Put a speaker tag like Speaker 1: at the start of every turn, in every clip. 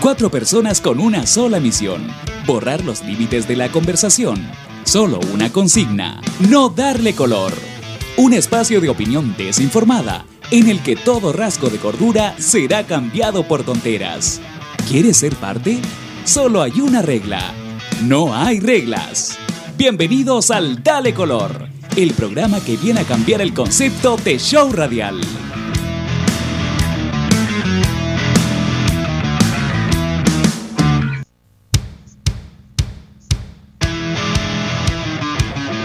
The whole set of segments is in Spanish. Speaker 1: Cuatro personas con una sola misión, borrar los límites de la conversación. Solo una consigna, no darle color. Un espacio de opinión desinformada, en el que todo rasgo de cordura será cambiado por tonteras. ¿Quieres ser parte? Solo hay una regla. No hay reglas. Bienvenidos al Dale Color, el programa que viene a cambiar el concepto de show radial.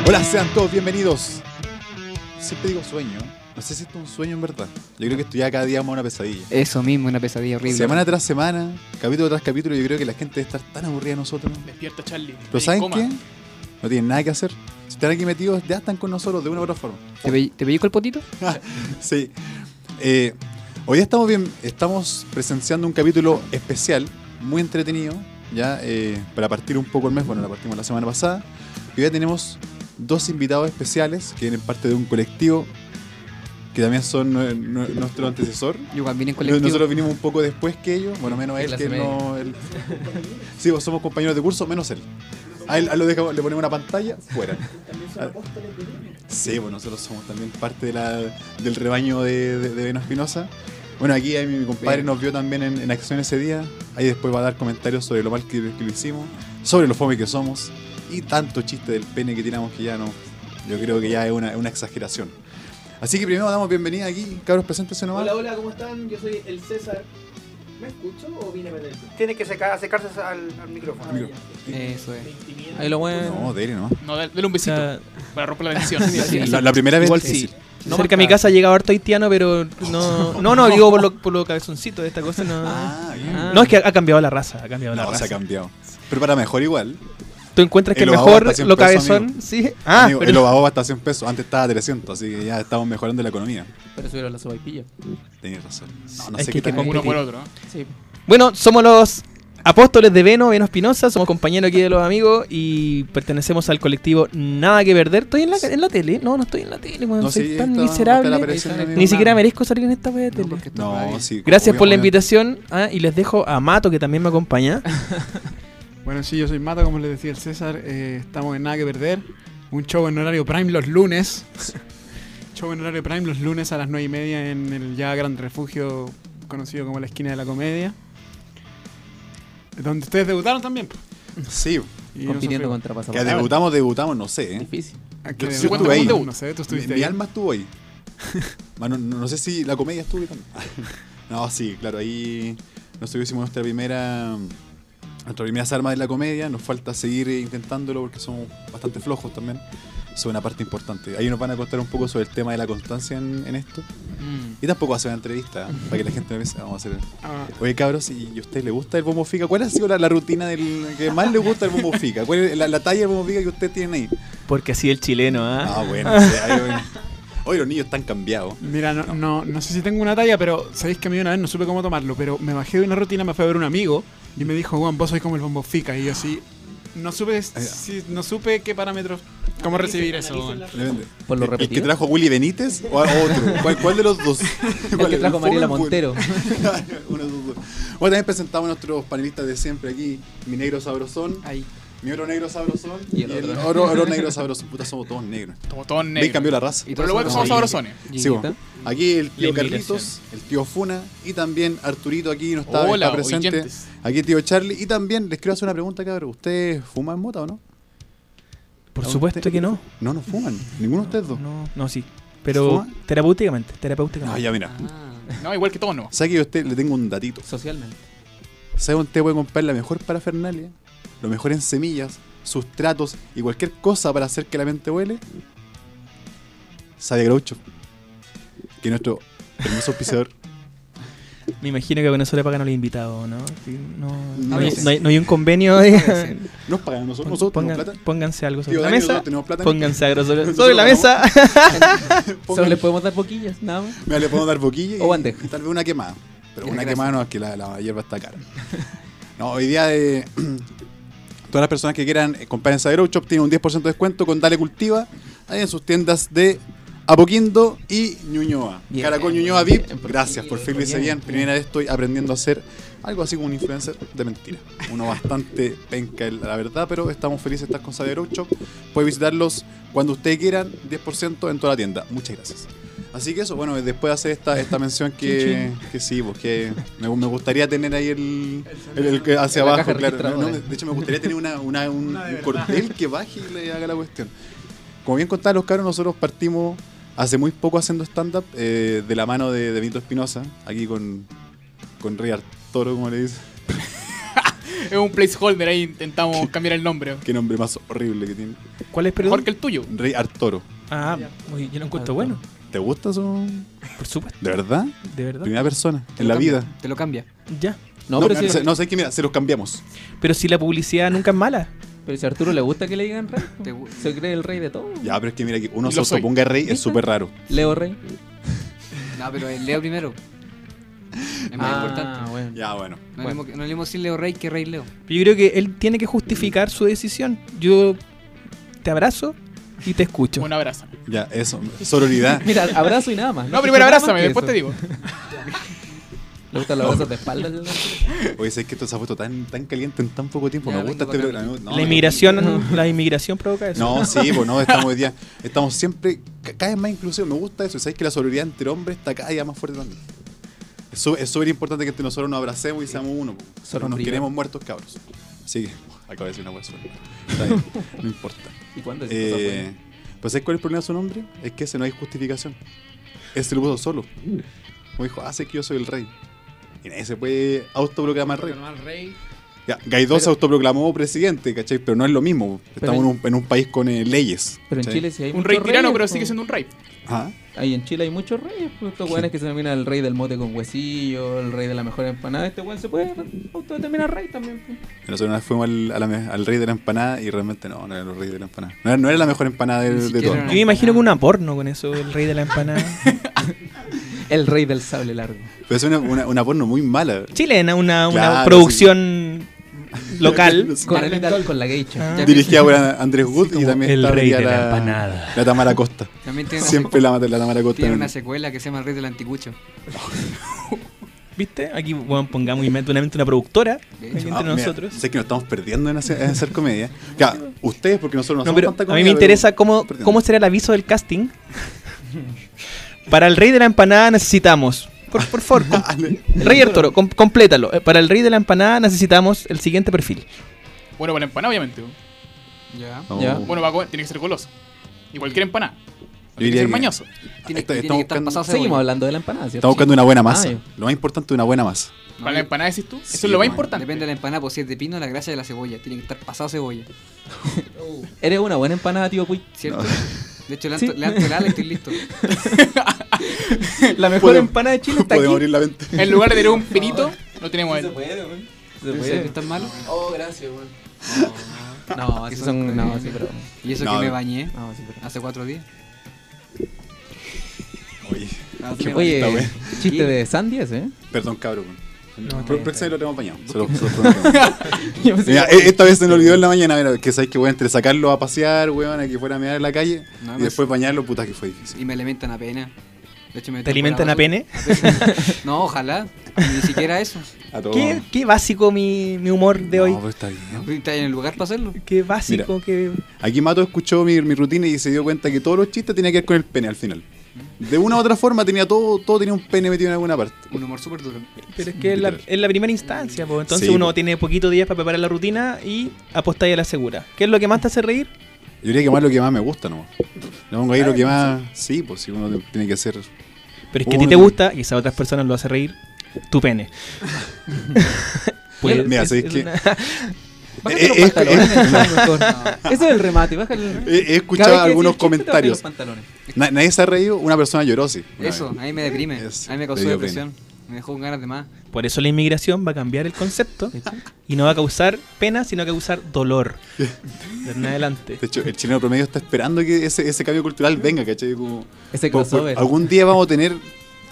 Speaker 2: Hola, sean todos bienvenidos. Siempre digo sueño. No sé si esto es un sueño en verdad. Yo creo que esto ya cada día más una pesadilla.
Speaker 3: Eso mismo, una pesadilla horrible.
Speaker 2: Semana tras semana, capítulo tras capítulo, yo creo que la gente debe estar tan aburrida de nosotros.
Speaker 4: Despierta, Charlie.
Speaker 2: ¿Pero
Speaker 4: Eh,
Speaker 2: saben
Speaker 4: coma.
Speaker 2: qué? No tienen nada que hacer. Si están aquí metidos, ya están con nosotros de una u otra forma.
Speaker 3: ¿Te, pe- te pellizco el potito?
Speaker 2: Sí. Eh, hoy estamos bien, estamos presenciando un capítulo especial, muy entretenido, ya eh, para partir un poco el mes, bueno, la partimos la semana pasada. Y hoy ya tenemos dos invitados especiales que vienen parte de un colectivo que también son nue- nue- nuestro antecesor.
Speaker 3: Yo igual vine en
Speaker 2: No-
Speaker 3: colectivo.
Speaker 2: Nosotros vinimos un poco después que ellos, bueno, menos
Speaker 3: De
Speaker 2: él,
Speaker 3: clase
Speaker 2: que
Speaker 3: media.
Speaker 2: no. él- Sí, pues somos compañeros de curso, menos él. A él, a él lo dejamos- le ponemos una pantalla, fuera. Sí, pues nosotros somos también parte de la, del rebaño de, de, de Veno Espinosa. Bueno, aquí ahí mi compadre
Speaker 3: Bien.
Speaker 2: nos vio también en, en acción ese día. Ahí después va a dar comentarios sobre lo mal que, que lo hicimos, sobre lo fome que somos y tanto chiste del pene que tiramos que ya no. Yo creo que ya es una, es una exageración. Así que primero damos bienvenida aquí, cabros, preséntese nomás.
Speaker 5: Hola, hola, ¿cómo están? Yo soy el César. ¿Me escucho o vine a meterme?
Speaker 6: Tiene que seca- acercarse al, al micrófono.
Speaker 2: Micro.
Speaker 3: Eso es.
Speaker 7: Ahí lo bueno.
Speaker 2: No, dele nomás.
Speaker 4: No, dale, dale un
Speaker 7: O
Speaker 4: besito
Speaker 7: sea,
Speaker 4: para romper la tensión.
Speaker 7: Eh, Sí.
Speaker 2: La, la primera vez
Speaker 7: Igual
Speaker 2: es difícil.
Speaker 7: sí.
Speaker 6: No
Speaker 7: Ah, cerca de mi
Speaker 6: más
Speaker 7: casa ha llegado harto haitiano, pero no. No, no, digo por lo, por lo cabezoncito de esta cosa. No,
Speaker 2: Ah, bien.
Speaker 7: no es que ha, ha cambiado la raza. Ha cambiado la
Speaker 2: No, se ha
Speaker 7: raza.
Speaker 2: cambiado. Pero para mejor igual.
Speaker 7: Tú encuentras que
Speaker 2: El
Speaker 7: el
Speaker 2: Obaoba está
Speaker 7: mejor
Speaker 2: cien
Speaker 7: lo
Speaker 2: pesos,
Speaker 7: cabezón.
Speaker 2: amigo.
Speaker 7: Sí. Ah,
Speaker 2: Amigo,
Speaker 7: pero,
Speaker 2: El Obaoba está a 100 pesos. Antes estaba a 300, así que ya estamos mejorando la economía.
Speaker 8: Pero subieron la sopaipilla.
Speaker 2: Tenías razón. No, no
Speaker 7: Es
Speaker 2: sé
Speaker 7: que
Speaker 2: qué
Speaker 7: hay
Speaker 2: tan-
Speaker 7: que
Speaker 4: Uno por otro. ¿no?
Speaker 8: Sí.
Speaker 7: Bueno, somos los apóstoles de Veno, Veno Espinosa. Somos compañeros aquí de los amigos y pertenecemos al colectivo Nada que Perder. ¿Estoy en la, en la tele? No, no estoy en la tele, weón.
Speaker 2: No,
Speaker 7: Soy
Speaker 2: sí, está-
Speaker 7: tan
Speaker 2: está la
Speaker 7: miserable.
Speaker 2: presión,
Speaker 8: Ni
Speaker 2: amigo.
Speaker 7: Ni siquiera merezco salir en esta wea de tele.
Speaker 3: No, porque esto es radio.
Speaker 2: No, sí.
Speaker 7: Gracias por la
Speaker 2: obviamente.
Speaker 7: invitación ah, y les dejo a Mato que también me acompaña.
Speaker 9: Bueno, sí, yo soy Mata, como les decía el César. eh, estamos en Nada que Perder. Un show en horario prime los lunes. show en horario prime los lunes a las 9 y media en el ya gran refugio conocido como la esquina de la comedia. Donde ustedes debutaron también. po.
Speaker 2: Sí,
Speaker 9: Y
Speaker 8: Compitiendo
Speaker 9: nosotros-
Speaker 8: contra
Speaker 2: que
Speaker 8: pasaporte.
Speaker 2: debutamos, debutamos, no sé. ¿eh?
Speaker 8: Difícil.
Speaker 9: Ah, que
Speaker 2: Yo
Speaker 9: debutaron,
Speaker 2: estuve ahí.
Speaker 9: No sé, tú
Speaker 2: Mi,
Speaker 9: estuviste
Speaker 2: mi
Speaker 9: ahí.
Speaker 2: alma estuvo ahí. Mano, no, no sé si la comedia estuvo ahí también. no, sí, claro, ahí nosotros hicimos nuestra primera. Nuestras primeras armas de la comedia, nos falta seguir eh, intentándolo porque somos bastante flojos también. Eso es una parte importante. Ahí nos van a contar un poco sobre el tema de la constancia en, en esto. Y tampoco hacer una entrevista para que la gente no piense, "Ah, vamos a hacer
Speaker 9: Ah,
Speaker 2: Oye, cabros, ¿y a usted le gusta el bombo fica? ¿Cuál ha sido la, la rutina del que más le gusta el bombo fica? ¿Cuál es la, la talla del bombo fica que usted tiene ahí?
Speaker 7: Porque así el chileno, ¿ah?
Speaker 2: Ah, bueno, sí, ahí, bueno. Hoy los niños están cambiados.
Speaker 9: Mira, no, no, no sé si tengo una talla, pero sabéis que a mí una vez no supe cómo tomarlo, pero me bajé de una rutina, me fue a ver un amigo y me dijo, Juan, vos sois como el bombo fica. Y yo así, no
Speaker 8: Eh,
Speaker 9: supe, si- no supe qué parámetros, cómo recibir eso. weón.
Speaker 2: Depende.
Speaker 8: Por lo
Speaker 2: ¿El- ¿El que
Speaker 8: repetido.
Speaker 2: trajo a Willy Benítez o a otro? ¿Cuál, cuál de los dos?
Speaker 8: El que trajo a Mariela
Speaker 2: Fue-
Speaker 8: Montero.
Speaker 2: Uno de los dos. Bueno, también presentamos a nuestros panelistas de siempre aquí. Mi negro sabrosón,
Speaker 8: Ahí.
Speaker 2: mi oro negro sabrosón
Speaker 8: Y el otro.
Speaker 2: oro, oro negro sabrosón. Puta, somos todos negros.
Speaker 4: Como todos
Speaker 2: Ve, cambió
Speaker 4: negros.
Speaker 2: la raza.
Speaker 3: Y
Speaker 4: Pero lo bueno es que
Speaker 3: todos
Speaker 4: somos
Speaker 3: son-
Speaker 4: sabrosones.
Speaker 2: Sí, vos.
Speaker 8: Yinguita.
Speaker 2: Aquí el tío
Speaker 7: La
Speaker 2: Carlitos, el tío Funa y también Arturito aquí no está,
Speaker 4: Hola,
Speaker 2: está presente.
Speaker 4: oyentes.
Speaker 2: Aquí el tío Charlie y también les quiero hacer una pregunta, cabrón. ¿Ustedes fuman mota o no?
Speaker 7: Por supuesto que no.
Speaker 2: No, no fuman. Ninguno de ustedes dos. No,
Speaker 7: No, no, sí. Pero
Speaker 2: ¿Fuma?
Speaker 7: terapéuticamente, terapéuticamente.
Speaker 2: Ah, ya mira.
Speaker 4: No, igual que todos no.
Speaker 2: ¿Sabe que yo a usted le tengo un datito?
Speaker 8: Ah, Socialmente.
Speaker 2: ¿Sabe dónde usted puede comprar la mejor parafernalia? Lo mejor en semillas, sustratos y cualquier cosa para hacer que la mente huele? Sabe Groucho. Que nuestro hermoso auspiciador.
Speaker 7: Me imagino que con eso le pagan a los invitados, ¿no? Sí, No, no,
Speaker 2: A
Speaker 7: hay,
Speaker 2: veces.
Speaker 7: no hay- no hay un convenio. de-
Speaker 2: Nos pagan a nosotros,
Speaker 7: Pon-
Speaker 2: nosotros
Speaker 7: pongan-
Speaker 2: tenemos plata.
Speaker 7: pónganse algo sobre
Speaker 2: Tío
Speaker 7: la
Speaker 2: Daniel,
Speaker 7: mesa.
Speaker 2: nosotros tenemos plata.
Speaker 7: Pónganse algo sobre,
Speaker 2: Nosotros
Speaker 7: sobre la
Speaker 2: vamos.
Speaker 7: mesa.
Speaker 8: Solo
Speaker 2: Pongan-
Speaker 8: le podemos dar boquillas, nada más.
Speaker 2: Mira, le podemos dar boquilla y,
Speaker 8: O bandeja.
Speaker 2: y tal vez una quemada. Pero
Speaker 8: Ya,
Speaker 2: una
Speaker 8: gracias.
Speaker 2: quemada no es que la, la hierba está cara. No, hoy día de. Todas las personas que quieran eh, comprar en Sagro Shop tienen un 10% de descuento con Dale Cultiva ahí en sus tiendas de Apoquindo y Ñuñoa.
Speaker 7: Bien,
Speaker 2: Caracol Ñuñoa VIP,
Speaker 8: bien, por
Speaker 2: gracias
Speaker 8: ti,
Speaker 2: por
Speaker 8: por
Speaker 2: fin
Speaker 8: bien,
Speaker 2: bien. Primera vez estoy aprendiendo a ser algo así como un influencer de mentira. Uno bastante penca, la verdad, pero estamos felices de estar con Saber 8. Puede visitarlos cuando ustedes quieran, 10% en toda la tienda. Muchas gracias. Así que eso, bueno, después de hacer esta, esta mención que, que sí, porque me, me gustaría tener ahí el, el- el que hacia
Speaker 8: La
Speaker 2: abajo,
Speaker 8: caja
Speaker 2: claro.
Speaker 8: registradora.
Speaker 2: No, no, de hecho, me gustaría tener una, una- un,
Speaker 9: Una de
Speaker 2: un
Speaker 9: verdad.
Speaker 2: cordel que baje y le haga la cuestión. Como bien contaba los cabros, nosotros partimos hace muy poco haciendo stand-up eh, de la mano de, de Benito Espinosa, aquí con, con Rey Arturo, como le dice.
Speaker 4: Es un placeholder ahí, intentamos cambiar el nombre.
Speaker 2: Qué nombre más horrible que tiene.
Speaker 7: ¿Cuál es,
Speaker 4: Mejor
Speaker 7: perdón?
Speaker 4: que el tuyo.
Speaker 2: Rey Arturo.
Speaker 7: Ah, uy, yo lo encuentro
Speaker 8: Ah,
Speaker 7: bueno.
Speaker 2: ¿Te gusta su...?
Speaker 7: Por supuesto,
Speaker 2: ¿De verdad?
Speaker 7: de verdad.
Speaker 2: Primera persona,
Speaker 3: Te
Speaker 2: en
Speaker 3: lo
Speaker 2: la
Speaker 3: cambia,
Speaker 2: vida.
Speaker 3: Te lo cambia.
Speaker 7: Ya.
Speaker 8: No,
Speaker 2: no,
Speaker 8: pero, si,
Speaker 2: sé- no, sé que mira, se los cambiamos.
Speaker 7: Pero si la publicidad nunca es mala.
Speaker 8: pero si a Arturo le gusta que le digan rey,
Speaker 3: Te gu-
Speaker 8: se cree el rey de todo.
Speaker 2: Ya, pero es que mira, que uno
Speaker 4: Lo
Speaker 2: se
Speaker 4: soy.
Speaker 2: suponga rey es
Speaker 8: ¿Viste?
Speaker 2: súper raro.
Speaker 8: Leo Rey.
Speaker 3: No, pero el Leo primero. Es más importante.
Speaker 8: Ah, bueno.
Speaker 2: Ya, bueno.
Speaker 3: No le dimos- No le dimos sin Leo Rey que Rey Leo.
Speaker 7: Yo creo que él tiene que justificar su decisión. Yo te abrazo y te escucho.
Speaker 4: Bueno, abrázame.
Speaker 2: Ya, eso. Sororidad.
Speaker 8: Mira, abrazo y nada más.
Speaker 4: No, primero
Speaker 8: abrazo
Speaker 4: abrázame, después te digo.
Speaker 8: Le gustan los abrazos de espalda. al-
Speaker 2: Oye, sé que esto se ha puesto tan, tan caliente en tan poco tiempo.
Speaker 3: Ya,
Speaker 2: Me gusta
Speaker 3: vengo
Speaker 2: este
Speaker 3: para acá.
Speaker 2: programa. No,
Speaker 7: la
Speaker 2: no.
Speaker 7: inmigración, la inmigración provoca eso.
Speaker 2: No, sí, pues no, estamos hoy día, estamos siempre ca- cada vez más inclusivos, me gusta eso, y sabes que la solidaridad entre hombres está cada día más fuerte también. Es su- es súper importante que entre nosotros nos abracemos y seamos uno, po.
Speaker 8: Solo
Speaker 2: nos
Speaker 8: brillo.
Speaker 2: queremos muertos cabros. Así que, acabo de decir una hueá suelta. Está bien, no importa.
Speaker 8: ¿Y cuándo es esa cosa
Speaker 2: Eh,
Speaker 8: buena?
Speaker 2: pues ¿sabes cuál es el problema de su nombre? Es que ese no hay justificación. Ese lo puso solo. Como dijo, hace que yo soy el rey. Y nadie se puede autoproclamar rey. Ya, Guaidó se autoproclamó presidente, ¿cachai? Pero no es lo mismo.
Speaker 8: Pero
Speaker 2: Estamos en, un, en un país con eh, leyes.
Speaker 8: Pero en
Speaker 2: ¿cachai?
Speaker 8: Chile sí hay
Speaker 4: Un
Speaker 8: muchos
Speaker 4: rey tirano,
Speaker 8: reyes,
Speaker 4: pero
Speaker 8: po.
Speaker 4: sigue siendo un rey.
Speaker 2: Ajá.
Speaker 8: Ahí en Chile hay muchos reyes. pues, Estos weones que se denominan el rey del mote con huesillo, el rey de la mejor empanada. Este weón se puede autodeterminar rey también. pues.
Speaker 2: Nosotros una vez fuimos al, a la me- al rey de la empanada y realmente no, no era el rey de la empanada. No era, no era la mejor empanada de,
Speaker 3: Ni
Speaker 2: de
Speaker 3: siquiera
Speaker 2: todas.
Speaker 3: era
Speaker 7: Yo me imagino que una porno con eso, el rey de la empanada.
Speaker 8: El rey del sable largo.
Speaker 2: Pero es una, una, una porno muy mala.
Speaker 7: Chilena, una, una
Speaker 2: Claro,
Speaker 7: producción local.
Speaker 8: Con el alcohol, con la geisha.
Speaker 7: Ah.
Speaker 3: Ya
Speaker 2: Dirigida por Andrés Wood y también
Speaker 7: el
Speaker 2: está
Speaker 7: rey
Speaker 2: metida
Speaker 7: de la
Speaker 2: la, la Tamara Costa.
Speaker 3: También tiene una,
Speaker 2: Siempre la, la Tamara Costa.
Speaker 3: tiene una secuela que se llama El Rey del Anticucho.
Speaker 7: ¿Viste? Aquí bueno, pongamos inmediatamente una productora
Speaker 3: De
Speaker 7: aquí
Speaker 3: hecho.
Speaker 7: entre
Speaker 2: Ah, mira,
Speaker 7: nosotros.
Speaker 2: sé que nos estamos perdiendo en hacer, en hacer comedia. Ya, ustedes, porque nosotros no,
Speaker 7: No,
Speaker 2: hacemos
Speaker 7: pero
Speaker 2: tanta
Speaker 7: a
Speaker 2: comedia.
Speaker 7: mí me
Speaker 2: pero-
Speaker 7: interesa cómo,
Speaker 2: Perdón.
Speaker 7: cómo será el aviso del casting. Para el rey de la empanada necesitamos. Por, por favor, com- Rey Arturo, com- complétalo. Eh, Para el rey de la empanada necesitamos el siguiente perfil.
Speaker 4: Bueno, para la empanada, obviamente. ¿no?
Speaker 3: Ya.
Speaker 2: No.
Speaker 8: Ya.
Speaker 4: Bueno, va a comer- tiene que ser goloso. Y cualquier empanada.
Speaker 2: Yo
Speaker 4: Tiene que
Speaker 2: diría
Speaker 4: ser
Speaker 2: que-
Speaker 4: mañoso.
Speaker 3: Tiene,
Speaker 2: Está- estamos
Speaker 3: tiene que estar
Speaker 2: buscando-
Speaker 3: pasado cebolla.
Speaker 8: Seguimos hablando de la empanada, ¿cierto?
Speaker 2: Estamos buscando una buena masa.
Speaker 8: Ah, ya.
Speaker 2: Lo más importante, una buena masa.
Speaker 4: Para la empanada, decís tú. Eso
Speaker 2: Sí,
Speaker 4: es lo más
Speaker 2: bueno.
Speaker 4: importante.
Speaker 3: Depende de la empanada, pues si es de pino, la gracia de la cebolla. Tiene que estar pasado cebolla. Oh.
Speaker 8: Eres una buena empanada, tío Puy.
Speaker 3: ¿Cierto? De hecho, le
Speaker 8: Sí.
Speaker 3: han le y estoy listo.
Speaker 8: La mejor
Speaker 2: Podemos-
Speaker 8: empanada de Chile está aquí.
Speaker 2: Podemos abrir la venta.
Speaker 4: En lugar de tener un pirito, no tenemos él.
Speaker 8: puede, weón. Se
Speaker 3: ¿Pero sabes que están malos?
Speaker 8: Oh, gracias, weón. No, así son. No, sí, pero.
Speaker 3: Y eso
Speaker 2: No,
Speaker 3: que me
Speaker 2: no.
Speaker 3: bañé
Speaker 8: No, sí, pero.
Speaker 3: hace cuatro días.
Speaker 2: Oye,
Speaker 3: Así me bañé.
Speaker 2: bonita,
Speaker 8: Oye,
Speaker 2: weón.
Speaker 8: chiste de Sandies, ¿eh?
Speaker 2: perdón, cabrón.
Speaker 7: No,
Speaker 2: Por
Speaker 7: está
Speaker 2: por eso lo tenemos apañado. Se lo- se lo prometo.
Speaker 8: Yo pensé
Speaker 2: Mira,
Speaker 8: que-
Speaker 2: e- esta vez se me olvidó en la mañana, mira, que sabes que voy a entre sacarlo a pasear, weón, a que fuera a mear en la calle
Speaker 3: No,
Speaker 2: y
Speaker 3: no
Speaker 2: después bañarlo, puta que fue difícil.
Speaker 3: Y me alimentan a pena. De hecho, me
Speaker 7: ¿Te
Speaker 3: tiran
Speaker 7: alimentan
Speaker 3: por
Speaker 7: a pene?
Speaker 3: la basura. A pena. No, ojalá. Ni siquiera eso.
Speaker 2: A todo.
Speaker 7: Qué, qué básico mi, mi humor de
Speaker 2: No, pues,
Speaker 7: hoy.
Speaker 2: pero está bien.
Speaker 3: Está en el lugar para hacerlo.
Speaker 7: Qué básico, qué...
Speaker 2: Aquí Mato escuchó mi, mi rutina y se dio cuenta que todos los chistes tenían que ver con el pene al final. De una u otra forma tenía todo, todo tenía un pene metido en alguna parte.
Speaker 3: Un humor súper duro.
Speaker 7: Pero es que es la,
Speaker 2: Literal.
Speaker 7: es la primera instancia, pues. Entonces
Speaker 2: Sí,
Speaker 7: uno
Speaker 2: po.
Speaker 7: tiene poquitos días para preparar la rutina y apostáis a la segura. ¿Qué es lo que más te hace reír?
Speaker 2: Yo diría que más lo que más me gusta, ¿no? Le pongo ahí lo que más. Sí, pues si uno tiene que hacer.
Speaker 7: Pero es que a ti te
Speaker 2: Uno-
Speaker 7: gusta, quizá a otras personas lo hace reír, tu pene. Pues,
Speaker 2: Mira, ¿sabéis qué?
Speaker 7: una-
Speaker 8: Bájate los
Speaker 2: Eh, eh,
Speaker 8: pantalones,
Speaker 2: eh,
Speaker 8: mejor. Ese es el remate, bájale el remate.
Speaker 2: He, he
Speaker 8: Cada
Speaker 2: escuchado
Speaker 8: vez que
Speaker 2: algunos
Speaker 8: decís chiste, te bajas
Speaker 2: comentarios.
Speaker 8: los pantalones.
Speaker 2: Na- nadie se ha reído, una persona lloró, sí. una
Speaker 3: Eso,
Speaker 2: vez.
Speaker 3: ahí me deprime.
Speaker 2: Es-
Speaker 3: Ahí me
Speaker 2: le
Speaker 3: causó
Speaker 2: dio
Speaker 3: depresión. Me dejó con ganas de más.
Speaker 7: Por eso la inmigración va a cambiar el concepto y no va a causar pena, sino que va a causar dolor. De ahora en adelante.
Speaker 2: De hecho, el chileno promedio está esperando que ese, ese cambio cultural venga, ¿cachai? Como,
Speaker 7: este
Speaker 8: Ese
Speaker 2: por- por-
Speaker 8: crossover.
Speaker 2: Pues, algún día vamos a tener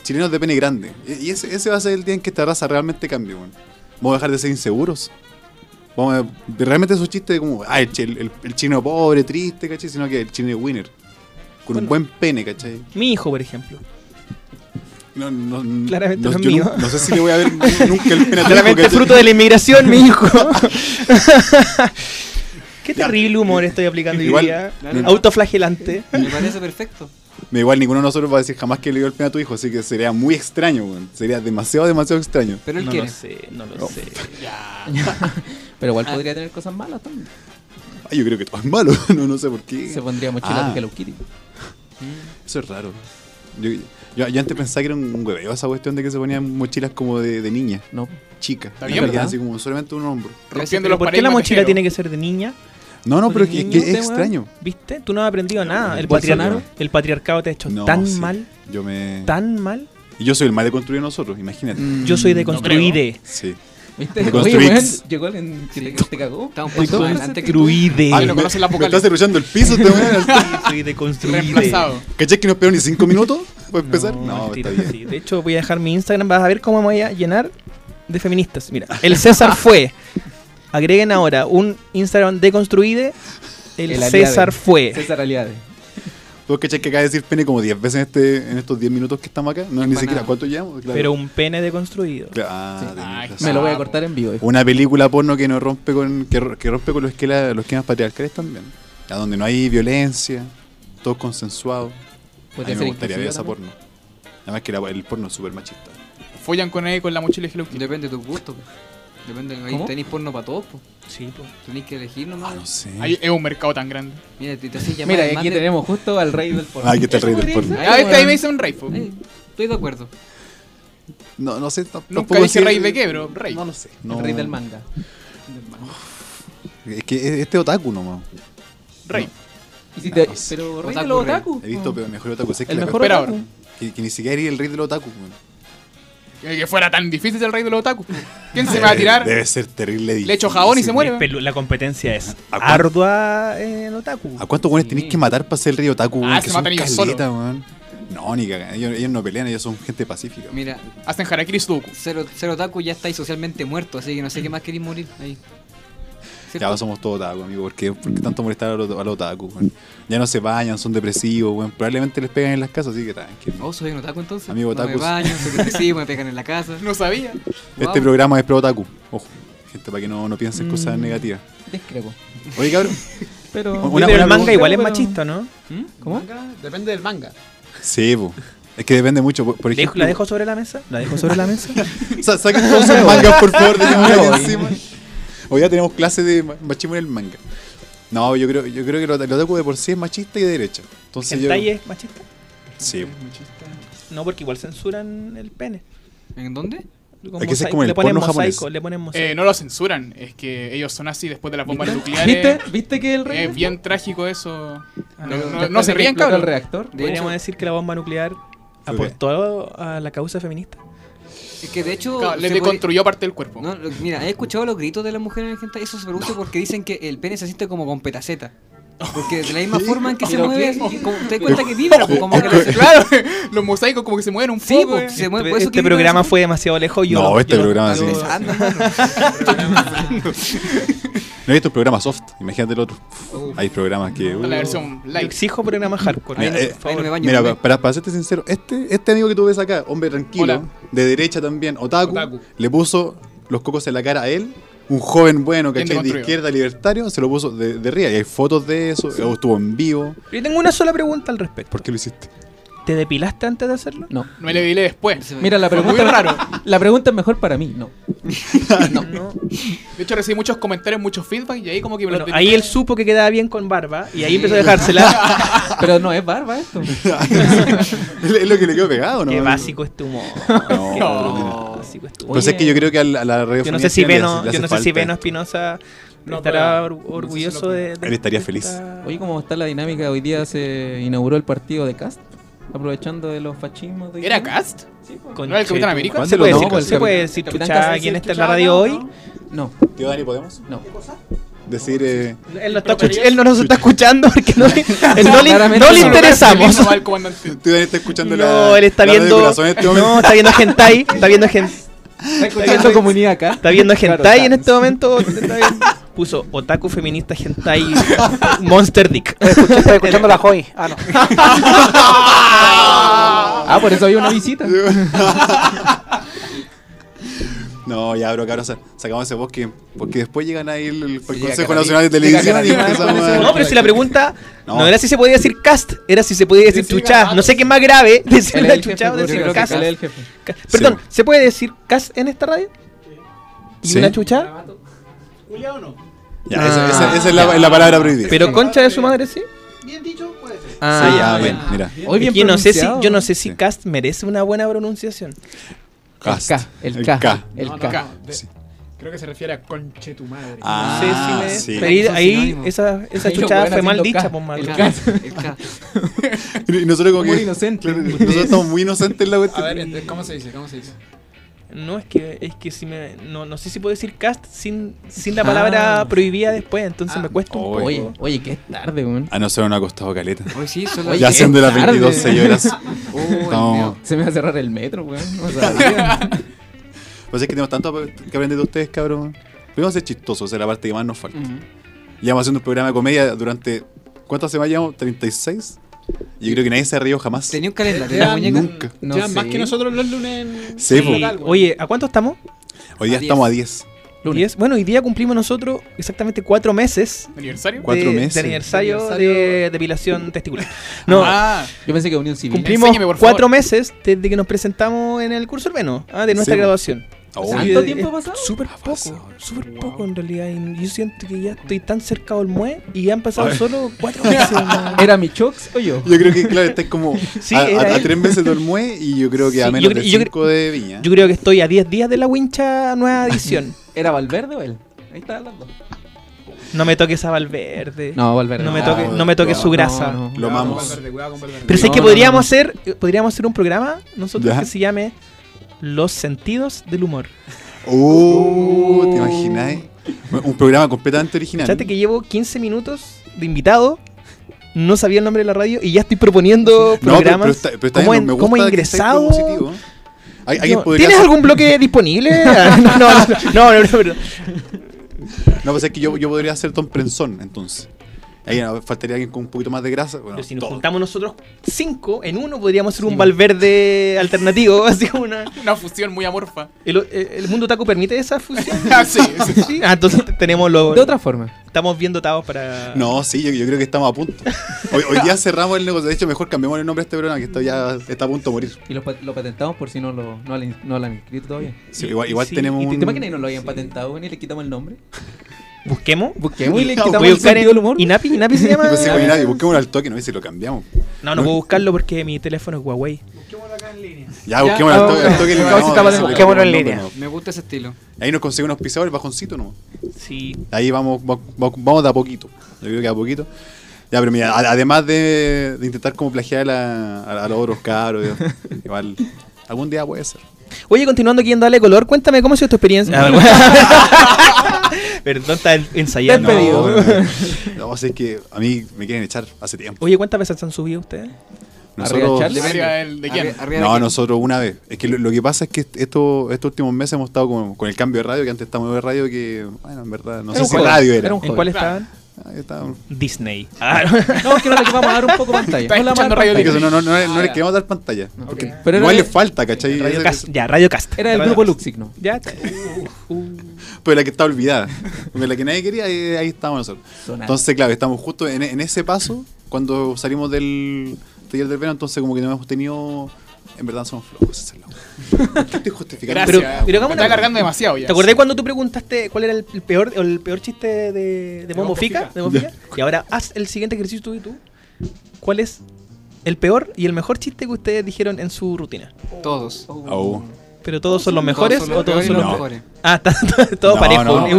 Speaker 2: chilenos de pene grande. Y y ese, ese va a ser el día en que esta raza realmente cambie, weón. Vamos a dejar de ser inseguros. Vamos a- realmente esos chistes de como, ah, el, chi- el- el chino pobre, triste, ¿cachai? Sino que el chino winner. con un buen pene, ¿cachai?
Speaker 7: Mi hijo, por ejemplo.
Speaker 2: No, no, no,
Speaker 7: Claramente no es
Speaker 2: yo
Speaker 7: mío.
Speaker 2: nu- No sé si le voy a ver nunca el pene. a tu hijo,
Speaker 7: Claramente
Speaker 2: ¿cachai?
Speaker 7: fruto de la inmigración, mi hijo. Qué
Speaker 2: Ya.
Speaker 7: terrible humor estoy aplicando hoy
Speaker 2: Igual,
Speaker 7: día.
Speaker 3: claro.
Speaker 7: Autoflagelante.
Speaker 3: Me parece perfecto.
Speaker 2: Me igual ninguno de nosotros va a decir jamás que le dio el pene a tu hijo, así que sería muy extraño, weón. Sería demasiado, demasiado extraño.
Speaker 3: Pero él
Speaker 7: no
Speaker 3: quiere.
Speaker 7: lo sé, no lo
Speaker 2: No.
Speaker 7: sé.
Speaker 8: Pero
Speaker 3: Ah,
Speaker 8: igual podría tener cosas malas también.
Speaker 2: Ay, yo creo que todo es malo, no, no sé por qué.
Speaker 8: Se pondría mochila
Speaker 2: Ah.
Speaker 8: de Hello Kitty.
Speaker 2: Eso es raro. Yo, yo- yo antes pensaba que era un hueveo esa cuestión de que se ponían mochilas como de, de niña,
Speaker 8: No.
Speaker 2: chica.
Speaker 4: Está
Speaker 2: Y
Speaker 4: bien,
Speaker 2: que
Speaker 8: ¿verdad?
Speaker 2: así como solamente un hombro.
Speaker 4: Rompiendo
Speaker 7: ¿Pero
Speaker 4: los
Speaker 7: por qué la
Speaker 4: paradigmas
Speaker 7: mochila
Speaker 4: viajeros.
Speaker 7: tiene que ser de niña?
Speaker 2: No, no,
Speaker 8: ¿De
Speaker 2: pero es, que- es
Speaker 8: niño
Speaker 2: que
Speaker 8: usted,
Speaker 2: es
Speaker 8: weón?
Speaker 2: extraño.
Speaker 7: ¿Viste? Tú no has aprendido nada. El,
Speaker 2: Bolsonaro.
Speaker 7: patriar- el patriarcado te ha hecho
Speaker 2: No,
Speaker 7: tan
Speaker 2: sí.
Speaker 7: mal,
Speaker 2: Yo me.
Speaker 7: tan Mm. mal.
Speaker 2: Y yo soy el más de construir nosotros, imagínate.
Speaker 7: Yo soy de construide.
Speaker 2: Sí. Te
Speaker 8: ¿Viste? Este Oye, weón,
Speaker 2: construís.
Speaker 8: llegó alguien que te, te cagó.
Speaker 3: Está un paso
Speaker 8: Entonces,
Speaker 3: adelante que tú.
Speaker 7: Construide.
Speaker 4: Ah, lo conoce la
Speaker 2: Me
Speaker 4: apocalipsis.
Speaker 2: estás cerruchando el piso, te weón.
Speaker 7: Soy de construide.
Speaker 4: Reemplazado.
Speaker 2: ¿Cachai que no espero ni cinco minutos para empezar? No,
Speaker 7: mentira,
Speaker 2: está bien.
Speaker 7: sí. De hecho, voy a dejar mi Instagram. Vas a ver cómo me voy a llenar de feministas. Mira, el César fue. Agreguen ahora un Instagram deconstruide. El,
Speaker 8: El aliado.
Speaker 7: César fue.
Speaker 8: César Aliade.
Speaker 2: ¿Vos cachai que acaba de decir pene como 10 veces en, este, en estos 10 minutos que estamos acá? No, ni
Speaker 3: para
Speaker 2: siquiera.
Speaker 3: nada.
Speaker 2: ¿Cuánto llevamos? Claro.
Speaker 7: Pero un pene deconstruido.
Speaker 2: Claro, ah, tenés
Speaker 4: Ay,
Speaker 2: razón.
Speaker 8: Me lo voy a
Speaker 4: Sapo.
Speaker 8: cortar en vivo. hijo.
Speaker 2: Una película porno que no rompe con que, ro- que rompe con los esquemas, los esquemas patriarcales también. A donde no hay violencia, todo consensuado. A mí
Speaker 8: Podría
Speaker 2: me
Speaker 8: ser
Speaker 2: gustaría ver
Speaker 8: inclusiva
Speaker 2: esa
Speaker 8: también.
Speaker 2: porno. Además que la- el porno es súper machista.
Speaker 4: Follan con ahí con la mochila de Hello Kitty.
Speaker 3: Depende de tus gustos. po. Depende de
Speaker 7: ¿Cómo?
Speaker 3: ahí tenéis porno para todos, po.
Speaker 7: Sí, po.
Speaker 3: Tenéis que elegir nomás.
Speaker 2: Ah, no sé.
Speaker 4: Ahí es un mercado tan grande.
Speaker 3: Mira, te, te hacéis llamar
Speaker 8: Mira,
Speaker 3: el
Speaker 8: y
Speaker 3: man
Speaker 8: aquí
Speaker 3: de-
Speaker 8: tenemos justo al rey del porno.
Speaker 2: Ah, aquí está el rey del porno.
Speaker 8: Ay,
Speaker 4: Ah, este ahí
Speaker 8: weón.
Speaker 4: me dice un rey, po.
Speaker 3: Eh, Estoy de acuerdo.
Speaker 2: No, no sé. t-
Speaker 4: Nunca
Speaker 2: tampoco
Speaker 4: dije
Speaker 2: sé-
Speaker 4: rey de qué, bro. Rey.
Speaker 2: No lo sé.
Speaker 8: El
Speaker 2: No.
Speaker 8: rey del manga.
Speaker 2: Es que es- este otaku nomás.
Speaker 4: Rey.
Speaker 8: Y si te-
Speaker 2: Ah, no sé.
Speaker 8: Pero rey
Speaker 3: Otaku,
Speaker 8: de los
Speaker 3: rey.
Speaker 8: otaku.
Speaker 2: He visto pe- mejor otaku. Sé que,
Speaker 8: El
Speaker 2: la
Speaker 8: mejor
Speaker 2: cago.
Speaker 4: Espera
Speaker 8: otaku.
Speaker 4: ahora.
Speaker 2: que, que ni siquiera era el rey del otaku. weón.
Speaker 4: Eh, Que que fuera tan difícil ser el rey de los otakus. po. ¿Quién se me va a tirar?
Speaker 2: Debe ser terrible.
Speaker 4: Le echo jabón y se
Speaker 2: difícil.
Speaker 4: muere.
Speaker 7: Es pelu- La competencia es
Speaker 2: ¿A cuán-
Speaker 7: ardua eh, en otaku.
Speaker 2: ¿A cuántos weones tenéis que matar para ser el rey otaku, weón?
Speaker 4: Ah,
Speaker 2: que
Speaker 4: se
Speaker 2: son
Speaker 4: matan ellos
Speaker 2: caleta, weón. No, ni cagando. Ellos, ellos no pelean, ellos son gente pacífica. weón.
Speaker 3: Mira,
Speaker 4: Hacen harakiri sudoku.
Speaker 3: Cero, Cero Taku ya estáis socialmente muerto, así que no sé qué más queréis morir ahí. ¿Cierto?
Speaker 2: Ya somos todos otaku, amigo. ¿Por qué, por qué tanto molestar a los, a los otaku, weón? Ya no se bañan, son depresivos, weón. Probablemente les pegan en las casas, así que tranqui.
Speaker 3: Oh, soy un otaku entonces.
Speaker 2: Amigo
Speaker 3: no me
Speaker 2: otakus.
Speaker 3: baño, soy depresivo, me pegan en la casa.
Speaker 4: No sabía.
Speaker 2: Este
Speaker 3: Wow.
Speaker 2: programa es pro otaku. Ojo, gente, para que no, no piensen cosas negativas.
Speaker 8: Discrepo.
Speaker 2: Oye, cabrón.
Speaker 8: Pero.
Speaker 2: Una-
Speaker 7: pero
Speaker 2: una
Speaker 7: el manga
Speaker 2: pregunta,
Speaker 7: igual es
Speaker 8: pero-
Speaker 7: machista, ¿no?
Speaker 8: ¿Mm? ¿Cómo?
Speaker 5: Depende del manga.
Speaker 2: Sí, po. Es que depende mucho. Por, por
Speaker 7: Dejo-
Speaker 2: ejemplo,
Speaker 7: ¿La dejo sobre la mesa? ¿La dejo sobre la mesa?
Speaker 2: Sa- saquen todos sus mangas, por favor, de manga encima. Hoy ya tenemos clase de ma- machismo en el manga. No, yo creo, yo creo que el ota- el otaku de por sí es machista y de derecha. Entonces yo.
Speaker 7: ¿Hentai es machista?
Speaker 2: Sí.
Speaker 7: No, porque igual censuran el pene.
Speaker 3: ¿En dónde?
Speaker 7: Como
Speaker 2: Hay que ser
Speaker 7: mosaico-
Speaker 2: como en el
Speaker 7: le ponen
Speaker 2: porno
Speaker 7: mosaico,
Speaker 2: japonés.
Speaker 7: le ponen mosaico.
Speaker 4: Eh, no lo censuran. Es que ellos son así después de las bombas
Speaker 8: ¿Viste?
Speaker 4: nucleares.
Speaker 8: ¿Viste que el rey?
Speaker 4: Es bien trágico eso. Ah, No, no- no
Speaker 8: Después
Speaker 4: se
Speaker 8: de que
Speaker 4: rían,
Speaker 8: explotó El
Speaker 4: cabrón.
Speaker 8: reactor.
Speaker 3: De
Speaker 7: Podríamos
Speaker 3: hecho-
Speaker 7: decir que la bomba nuclear aportó a la causa feminista.
Speaker 3: Es que de hecho.
Speaker 4: Claro, Le
Speaker 3: se puede-
Speaker 4: deconstruyó parte del cuerpo.
Speaker 3: No, lo- mira, he escuchado los gritos de las mujeres en el hentai. Eso se produce porque dicen que el pene se siente como con petaceta. Porque de la misma forma en que se
Speaker 8: ¿Pero
Speaker 3: mueve,
Speaker 8: qué?
Speaker 3: como- te das cuenta que vibra, pues, como que la-
Speaker 4: Claro, los mosaicos como que se mueven un
Speaker 3: Sí,
Speaker 4: poco.
Speaker 3: pues,
Speaker 4: eh.
Speaker 3: se mueve. por
Speaker 7: este
Speaker 3: eso que Ah, vibra
Speaker 7: programa
Speaker 3: eso.
Speaker 7: fue demasiado lejos. Yo
Speaker 2: No, este programa sí.
Speaker 3: Anda, mano.
Speaker 2: No hay estos programas soft, imagínate el otro. Hay programas que.
Speaker 4: La versión
Speaker 7: yo
Speaker 4: live.
Speaker 7: exijo programas hardcore.
Speaker 2: Mira,
Speaker 7: por
Speaker 2: eh,
Speaker 7: favor.
Speaker 3: ahí no me baño.
Speaker 2: Mira,
Speaker 3: también.
Speaker 2: pa- para, para serte sincero, este, este amigo que tú ves acá, hombre tranquilo,
Speaker 4: Hola.
Speaker 2: de derecha también, otaku,
Speaker 4: Otaku.
Speaker 2: le puso los cocos en la cara a él. Un joven bueno,
Speaker 4: Bien
Speaker 2: ¿cachai? De
Speaker 4: deconstruido.
Speaker 2: izquierda, libertario, se lo puso de, de arriba. Y hay fotos de eso, estuvo en vivo.
Speaker 7: Yo tengo una sola pregunta al respecto.
Speaker 2: ¿Por qué lo hiciste?
Speaker 7: ¿Te depilaste antes de hacerlo?
Speaker 8: No.
Speaker 4: No me le dile después.
Speaker 3: Se me-
Speaker 8: Mira, la
Speaker 4: Fue muy
Speaker 8: pregunta.
Speaker 4: raro.
Speaker 8: La pregunta es mejor para mí. No.
Speaker 7: Ah,
Speaker 4: De hecho recibí muchos comentarios, muchos feedback y ahí como que me lo
Speaker 7: Bueno,
Speaker 4: entendí.
Speaker 7: ahí él supo que quedaba bien con barba y ahí
Speaker 3: Sí.
Speaker 7: empezó a dejársela.
Speaker 8: Pero no es barba esto.
Speaker 2: es lo que le quedó pegado, ¿no?
Speaker 7: Qué básico es tu humor.
Speaker 2: No,
Speaker 7: Qué
Speaker 2: no.
Speaker 7: básico es tu humor.
Speaker 2: Pues es que yo creo que a la, a la
Speaker 7: Yo
Speaker 2: radiofonía
Speaker 7: no sé si
Speaker 2: chilena le
Speaker 7: Veno,
Speaker 2: hace- le
Speaker 7: yo
Speaker 2: hace
Speaker 7: no sé si
Speaker 2: falta
Speaker 7: Veno
Speaker 2: esto.
Speaker 7: Espinosa estará or- orgulloso de, de-
Speaker 2: Él estaría
Speaker 7: de
Speaker 2: feliz.
Speaker 7: esta-
Speaker 8: Oye, ¿cómo está la dinámica? Hoy día se inauguró el partido de Cast. Aprovechando de los fascismo de.
Speaker 4: ¿Era Cast?
Speaker 7: Con
Speaker 4: ¿No era el Capitán
Speaker 7: Chetu-
Speaker 4: América?
Speaker 7: ¿Se puede,
Speaker 2: No,
Speaker 7: decir,
Speaker 2: pues,
Speaker 7: ¿se puede decir
Speaker 8: Capitán
Speaker 7: chucha quién
Speaker 8: Cast, sí,
Speaker 7: está en
Speaker 8: chucha,
Speaker 7: la radio
Speaker 8: no,
Speaker 7: hoy?
Speaker 8: No,
Speaker 2: Tío Dani, ¿podemos?
Speaker 8: no.
Speaker 2: Decir. eh,
Speaker 7: Él, no está escuch- él no nos está escuchando porque no le, él no le-
Speaker 8: Claramente
Speaker 7: no le
Speaker 8: no.
Speaker 7: interesamos.
Speaker 4: No va el comandante.
Speaker 2: Tío Dani está escuchando la.
Speaker 7: No, él está
Speaker 2: la radio
Speaker 7: viendo.
Speaker 2: corazón en este momento.
Speaker 7: No, está viendo hentai. Está viendo, gen-
Speaker 8: Está escuchando comunidad acá.
Speaker 7: está viendo
Speaker 8: Claro,
Speaker 7: hentai en
Speaker 8: está.
Speaker 7: este momento. está viendo- puso otaku feminista hentai monster dick.
Speaker 6: Escuché, estaba escuchando la Joy. Ah, no.
Speaker 8: Ah, por eso había una visita.
Speaker 2: No, ya, bro, cabrón, sa- sacamos ese bosque. Porque después llegan ahí el, el- el
Speaker 4: Sí,
Speaker 2: Consejo
Speaker 4: llega
Speaker 2: Nacional de
Speaker 8: llega
Speaker 2: Televisión y
Speaker 8: Canadá,
Speaker 2: empezamos
Speaker 8: parece-
Speaker 2: a-
Speaker 7: No, pero si la pregunta no.
Speaker 2: No.
Speaker 7: era si se podía decir cast, era si se podía decir
Speaker 4: Sí, sí,
Speaker 7: chuchá.
Speaker 4: garabatos.
Speaker 7: No sé qué es más grave decir
Speaker 8: Él es
Speaker 7: la
Speaker 8: el jefe,
Speaker 7: chuchá o
Speaker 8: por
Speaker 7: decir
Speaker 8: eso creo que
Speaker 7: cast.
Speaker 8: él es el jefe.
Speaker 7: Ca- Perdón,
Speaker 2: Sí.
Speaker 7: ¿se puede decir cast en esta radio? ¿Y
Speaker 2: Sí.
Speaker 7: una chuchá?
Speaker 5: ¿Julia o no?
Speaker 2: Ya,
Speaker 7: Ah,
Speaker 2: esa, esa- esa es la, es la palabra prohibida.
Speaker 7: Pero concha de su madre sí.
Speaker 6: Bien dicho, puede ser.
Speaker 2: Sí, ya,
Speaker 7: Ah,
Speaker 2: bien, mira.
Speaker 8: Hoy bien
Speaker 7: Es que no sé si,
Speaker 8: pronunciado.
Speaker 7: yo no sé si
Speaker 2: Sí.
Speaker 7: cast merece una buena pronunciación.
Speaker 2: Cast.
Speaker 8: El K. El K. El
Speaker 9: No, no,
Speaker 8: K.
Speaker 9: no, de- Creo que se refiere a conche tu madre.
Speaker 2: Ah,
Speaker 7: no sé si
Speaker 2: sí.
Speaker 7: Pero ahí,
Speaker 3: Son
Speaker 7: ahí
Speaker 3: sinónimos.
Speaker 7: esa, esa
Speaker 8: Ahí lo
Speaker 7: chuchada
Speaker 8: pueden
Speaker 7: fue mal
Speaker 8: haciendo
Speaker 7: dicha,
Speaker 8: K.
Speaker 7: pues mal.
Speaker 3: El
Speaker 7: dicha.
Speaker 3: K, el K.
Speaker 2: Y nosotros como
Speaker 8: Muy
Speaker 2: que...
Speaker 8: inocente.
Speaker 2: claro, nosotros estamos muy inocentes en la cuestión.
Speaker 9: este,
Speaker 4: ¿cómo se dice? ¿Cómo se dice?
Speaker 7: No, es que, es que si me, no, no sé si puedo decir cast sin, sin la palabra
Speaker 8: Ah.
Speaker 7: prohibida después, entonces
Speaker 8: Ah.
Speaker 7: me cuesta un
Speaker 2: Oh,
Speaker 7: poco.
Speaker 2: Oye.
Speaker 8: Oye, oye, que es tarde, weón.
Speaker 2: A nosotros nos ha costado caleta.
Speaker 3: Hoy sí, son las
Speaker 8: Oye,
Speaker 2: Ya
Speaker 8: qué
Speaker 2: son de las
Speaker 8: tarde.
Speaker 2: 22, señoras.
Speaker 3: Oh, el
Speaker 2: estamos-
Speaker 3: meo.
Speaker 8: Se me va a cerrar el metro, weón. No sabía.
Speaker 2: Pues es que tenemos tanto que aprender de ustedes, cabrón. Primero ser chistosos, esa es la parte que más nos falta. Llevamos haciendo un programa de comedia durante... ¿Cuántas semanas llevamos? ¿36? Yo creo que nadie se ha reído jamás.
Speaker 3: Tenía un calendario la
Speaker 9: Ya,
Speaker 3: muñeca.
Speaker 2: Nunca.
Speaker 8: No
Speaker 9: Llevan
Speaker 8: sé.
Speaker 9: más que nosotros los lunes. en-
Speaker 2: Sí, pues.
Speaker 9: en
Speaker 2: po.
Speaker 9: local, weón.
Speaker 7: Oye, ¿a cuánto estamos?
Speaker 2: Hoy día
Speaker 3: A
Speaker 2: estamos a 10.
Speaker 7: Diez. Bueno, hoy día cumplimos nosotros exactamente cuatro meses.
Speaker 4: ¿Aniversario?
Speaker 2: Cuatro
Speaker 7: de,
Speaker 2: meses.
Speaker 7: de aniversario,
Speaker 8: Aniversario.
Speaker 7: de depilación testicular. No,
Speaker 4: Ah,
Speaker 8: Yo pensé que Unión Civil.
Speaker 7: cumplimos
Speaker 4: Enséñeme, por favor.
Speaker 7: cuatro meses desde que nos presentamos en el curso urbano ah, de nuestra
Speaker 2: Sí.
Speaker 7: graduación.
Speaker 2: Oh,
Speaker 7: sea,
Speaker 8: ¿Cuánto
Speaker 7: es-
Speaker 8: tiempo
Speaker 7: es
Speaker 8: ha pasado?
Speaker 7: Súper
Speaker 2: pasado.
Speaker 7: poco, súper poco en realidad. y yo siento que ya estoy tan cerca del mue y ya han pasado solo cuatro meses. ¿no?
Speaker 8: ¿Era mi Chox o yo?
Speaker 2: Yo creo que, claro, estáis como
Speaker 7: Sí,
Speaker 2: a,
Speaker 7: era
Speaker 2: a- a
Speaker 7: él.
Speaker 2: tres meses del mue y yo creo que a
Speaker 7: Sí,
Speaker 2: menos de
Speaker 7: yo cre- yo cre-
Speaker 2: cinco de viña.
Speaker 7: Yo creo que estoy a 10 días de la wincha nueva edición.
Speaker 8: ¿Era Valverde o él? Ahí está hablando.
Speaker 7: No me toques a Valverde.
Speaker 8: No, Valverde.
Speaker 7: No me
Speaker 2: no,
Speaker 7: toques, no me toques
Speaker 2: no,
Speaker 7: su grasa.
Speaker 2: Lo
Speaker 9: Cuidado con
Speaker 2: amamos.
Speaker 9: Valverde, cuidado con Valverde.
Speaker 7: Pero sé
Speaker 8: No,
Speaker 7: que
Speaker 8: no, no, no.
Speaker 7: podríamos hacer eh, podríamos hacer un programa nosotros
Speaker 2: Ya.
Speaker 7: que se llame Los sentidos del humor.
Speaker 2: Uh, ¿te imagináis? Un programa completamente original.
Speaker 7: Fíjate que llevo 15 minutos de invitado. No sabía el nombre de la radio y ya estoy proponiendo
Speaker 2: No, pero-
Speaker 7: programas.
Speaker 2: pero está- pero está
Speaker 7: como,
Speaker 2: bien,
Speaker 7: en-
Speaker 2: me gusta
Speaker 7: como
Speaker 2: que
Speaker 7: ingresado.
Speaker 2: estáis propositivo. Hay- alguien
Speaker 7: Yo-
Speaker 2: podría
Speaker 7: ¿Tienes
Speaker 2: hacer-
Speaker 7: algún bloque disponible? no, no, no, no, no, no, no.
Speaker 2: No, pues es que yo, yo podría ser Tom Prensón, entonces. Ahí no, faltaría alguien con un poquito más de grasa. Bueno,
Speaker 7: Pero si nos
Speaker 2: todo.
Speaker 7: juntamos nosotros cinco en uno, podríamos hacer un Valverde alternativo. Así como una.
Speaker 4: Una fusión muy amorfa.
Speaker 7: ¿El, eh, el mundo taco permite esa fusión?
Speaker 4: Ah, sí, sí.
Speaker 7: Sí, ah, entonces te- tenemos los.
Speaker 8: De otra forma.
Speaker 7: Estamos bien dotados para.
Speaker 2: No, sí, yo, yo creo que estamos a punto. Hoy, hoy día cerramos el negocio. De hecho, mejor cambiamos el nombre a este programa, que esto ya está a punto de morir.
Speaker 8: Y lo, pa- lo patentamos por si no lo, no lo, no lo han inscrito todavía.
Speaker 2: Sí, igual igual
Speaker 7: sí, este
Speaker 2: tenemos
Speaker 8: ¿Y te,
Speaker 2: un...
Speaker 8: te imaginas que no lo hayan patentado weón, y le quitamos el nombre?
Speaker 7: Busquemos.
Speaker 8: Busquemos y le
Speaker 2: No,
Speaker 8: quitamos
Speaker 7: Voy a
Speaker 8: el
Speaker 7: buscar
Speaker 8: sentido del humor.
Speaker 7: en Inapi, Inapi se llama.
Speaker 2: Pues sí, pues, nadie, busquemos al toque, no sé si lo cambiamos.
Speaker 7: No, no puedo buscarlo porque mi teléfono es Huawei.
Speaker 6: Busquémoslo acá en línea.
Speaker 2: Ya, busquemos al
Speaker 7: oh,
Speaker 2: toque, al toque le
Speaker 8: Ya,
Speaker 2: cambiamos,
Speaker 8: sí, estaba
Speaker 2: le
Speaker 8: de-
Speaker 2: cambiamos
Speaker 6: busquémoslo en
Speaker 2: el nombre,
Speaker 6: línea.
Speaker 2: no.
Speaker 3: Me gusta ese estilo.
Speaker 2: Ahí nos consigue unos pisadores, bajoncito nomás.
Speaker 7: Sí.
Speaker 2: Ahí vamos, va- va- vamos de a poquito. Yo creo que a poquito. Ya, pero mira, a- además de, de intentar como plagiar a, a- a los otros caros, yo- igual algún día puede ser.
Speaker 7: Oye, continuando aquí en Dale Color, cuéntame cómo ha sido tu experiencia. Ah, bueno. Perdón, está en- ensayando.
Speaker 8: Despedido.
Speaker 2: No, no, no, sé que a mí me quieren echar hace tiempo.
Speaker 7: Oye, ¿cuántas veces se han subido ustedes?
Speaker 8: Arriba,
Speaker 2: Nosotros,
Speaker 8: Charlie.
Speaker 4: ¿De, sería el, ¿De quién?
Speaker 3: Arri- arriba de
Speaker 2: no,
Speaker 3: quién.
Speaker 2: nosotros una vez. Es que lo, lo que pasa es que esto, estos últimos meses hemos estado con, con el cambio de radio, que antes estábamos de radio, que, bueno, en verdad, no
Speaker 8: Era
Speaker 2: sé
Speaker 8: un
Speaker 2: si
Speaker 8: juego,
Speaker 2: radio
Speaker 8: era
Speaker 2: era.
Speaker 8: un
Speaker 7: ¿En
Speaker 8: Joder.
Speaker 7: cuál estaban?
Speaker 2: Ah, estaba-
Speaker 7: Disney. Ah,
Speaker 8: No, es que ahora le vamos a dar un poco pantalla.
Speaker 4: Está
Speaker 8: No le vamos a
Speaker 4: escuchando
Speaker 8: dar
Speaker 4: radio
Speaker 2: Es que
Speaker 8: pantalla.
Speaker 2: eso no, no, no, no
Speaker 4: Ah,
Speaker 2: le
Speaker 4: ya.
Speaker 2: queremos dar pantalla.
Speaker 8: Pero
Speaker 2: Igual
Speaker 8: era,
Speaker 2: le falta, ¿cachai?
Speaker 7: Radio
Speaker 2: Ese-
Speaker 7: Cast. Ya, Radio Cast.
Speaker 8: era del
Speaker 7: Radio
Speaker 8: grupo
Speaker 7: Cast.
Speaker 8: Luxigno.
Speaker 7: Ya, uh,
Speaker 2: Pero la que está olvidada. Porque la que nadie quería, ahí, ahí estábamos nosotros.
Speaker 8: Sonar.
Speaker 2: Entonces, claro, estamos justo en, en ese paso cuando salimos del taller del verano. Entonces, como que no hemos tenido. En verdad, somos flojos. esa es la wea. ¿Por qué estoy justificando?
Speaker 4: Gracias.
Speaker 7: Pero- pero
Speaker 4: me
Speaker 7: hagamos
Speaker 4: está
Speaker 7: una-
Speaker 4: cargando demasiado ya.
Speaker 7: ¿Te acordás cuando tú preguntaste cuál era el, el peor o el peor chiste de, de Momo
Speaker 5: Momo
Speaker 7: Fica?
Speaker 5: Fica.
Speaker 7: De Momo Fica? Y ahora haz el siguiente ejercicio tú y tú. ¿Cuál es el peor y el mejor chiste que ustedes dijeron en su rutina?
Speaker 3: Todos.
Speaker 2: Oh.
Speaker 7: ¿pero todos son los mejores
Speaker 3: Todos son
Speaker 7: o
Speaker 3: peores
Speaker 7: todos
Speaker 3: y
Speaker 7: son los
Speaker 2: no.
Speaker 7: mejores.
Speaker 3: mejores.
Speaker 7: Ah, está todo- todo
Speaker 2: No,
Speaker 7: parejo.
Speaker 2: no.
Speaker 7: un- una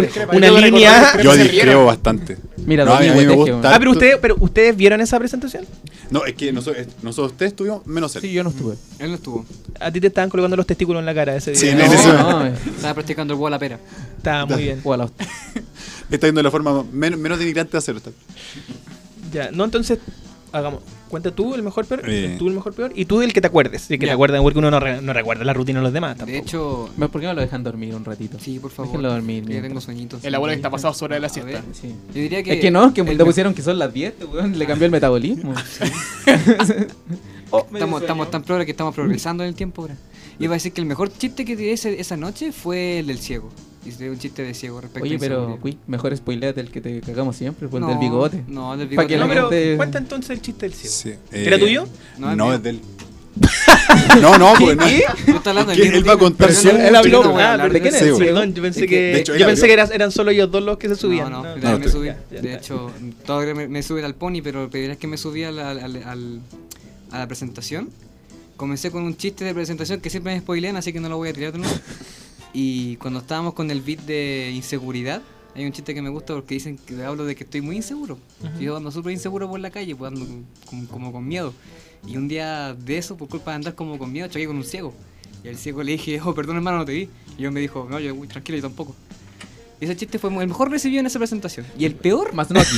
Speaker 4: Yo
Speaker 7: línea.
Speaker 4: recuerdo-
Speaker 2: Yo
Speaker 4: se
Speaker 2: discrepo
Speaker 4: rieron.
Speaker 2: bastante.
Speaker 8: Mira,
Speaker 2: No, a
Speaker 8: Domi
Speaker 2: mí- a mí me
Speaker 8: Hueteje,
Speaker 2: gusta.
Speaker 8: weón.
Speaker 7: Ah, pero ustedes, pero ustedes vieron esa presentación.
Speaker 2: No, es que nosotros, es- nosotros tres estuvimos menos él.
Speaker 8: Sí, yo no estuve.
Speaker 3: Él no estuvo.
Speaker 7: A ti te estaban colocando los testículos en la cara ese día.
Speaker 2: Sí,
Speaker 8: No,
Speaker 2: en ese-
Speaker 8: no, eh.
Speaker 3: Estaba practicando el huevo a la pera.
Speaker 7: Está muy bien.
Speaker 8: O a la hostia.
Speaker 2: Está viendo la forma men- menos denigrante de hacerlo. está.
Speaker 7: Ya, no entonces hagamos. Cuenta tú el mejor peor,
Speaker 2: Eh.
Speaker 7: tú el mejor peor y tú el que te acuerdes. El que
Speaker 3: Ya.
Speaker 7: te acuerdas, porque uno no, re- no recuerda la rutina de los demás tampoco.
Speaker 3: De hecho,
Speaker 8: Bueno, ¿Por qué no lo dejan dormir un ratito?
Speaker 3: sí, por favor.
Speaker 8: Déjenlo dormir.
Speaker 3: Ya
Speaker 8: mientras.
Speaker 3: tengo sueñitos.
Speaker 4: El abuelo que está pasado sobre la siesta.
Speaker 8: Sí.
Speaker 3: Yo diría que.
Speaker 8: Es que no, que
Speaker 3: el
Speaker 8: le pusieron que son las 10, este weón, le cambió el metabolismo. Oh, medio
Speaker 3: Estamos,
Speaker 8: sueño.
Speaker 3: estamos tan progres que estamos progresando en el tiempo ahora. Y iba a decir que el mejor chiste que tiré ese- esa noche fue el del ciego. Hice un chiste de ciego respecto
Speaker 8: Oye,
Speaker 3: a
Speaker 8: pero
Speaker 3: inseguridad.
Speaker 8: Cui, mejor spoiler del que te cagamos siempre, pues
Speaker 3: No,
Speaker 8: el del bigote.
Speaker 3: No, del
Speaker 8: Pa'
Speaker 3: bigote.
Speaker 8: que
Speaker 3: no,
Speaker 7: No, pero
Speaker 8: Gente-
Speaker 7: cuenta entonces el chiste del ciego.
Speaker 2: Sí.
Speaker 7: ¿Era
Speaker 2: Eh,
Speaker 7: tuyo?
Speaker 3: No, es
Speaker 2: No,
Speaker 3: mío.
Speaker 2: es del. no, no, pues no.
Speaker 3: Yo estaba hablando del
Speaker 2: Que
Speaker 3: mismo
Speaker 2: él va a
Speaker 3: tema.
Speaker 2: contar
Speaker 3: Pero
Speaker 2: su-
Speaker 3: no,
Speaker 2: él
Speaker 3: no,
Speaker 2: habló,
Speaker 3: no voy a
Speaker 7: Ah,
Speaker 3: hablar
Speaker 7: ¿pero de quién
Speaker 3: eso.
Speaker 7: es?
Speaker 2: ciego.
Speaker 7: Perdón, yo pensé
Speaker 3: Es que-
Speaker 7: que,
Speaker 2: de hecho, él
Speaker 7: yo pensé
Speaker 2: abrió. Ah,
Speaker 7: que eras- eran solo ellos dos los que se subían.
Speaker 3: No, no, yo
Speaker 2: no,
Speaker 3: también me
Speaker 2: tú-
Speaker 3: subí.
Speaker 7: ya, ya
Speaker 3: de
Speaker 7: está.
Speaker 3: hecho, todavía me, me subí al pony, pero pedirás que me subí al- al- al- al- a la presentación. Comencé con un chiste de presentación que siempre me spoilean, así que no lo voy a tirar de nuevo. Y cuando estábamos con el beat de inseguridad, hay un chiste que me gusta porque dicen que hablo de que estoy muy inseguro. Y Yo ando súper inseguro por la calle, pues ando con- como con miedo. Y un día de eso, por culpa de andar como con miedo, choqué con un ciego. Y al ciego le dije, oh, perdón hermano, no te vi. Y él me dijo, no, yo tranquilo, yo tampoco. Ese chiste fue el mejor recibido en esa presentación. Y el peor,
Speaker 8: Más no aquí.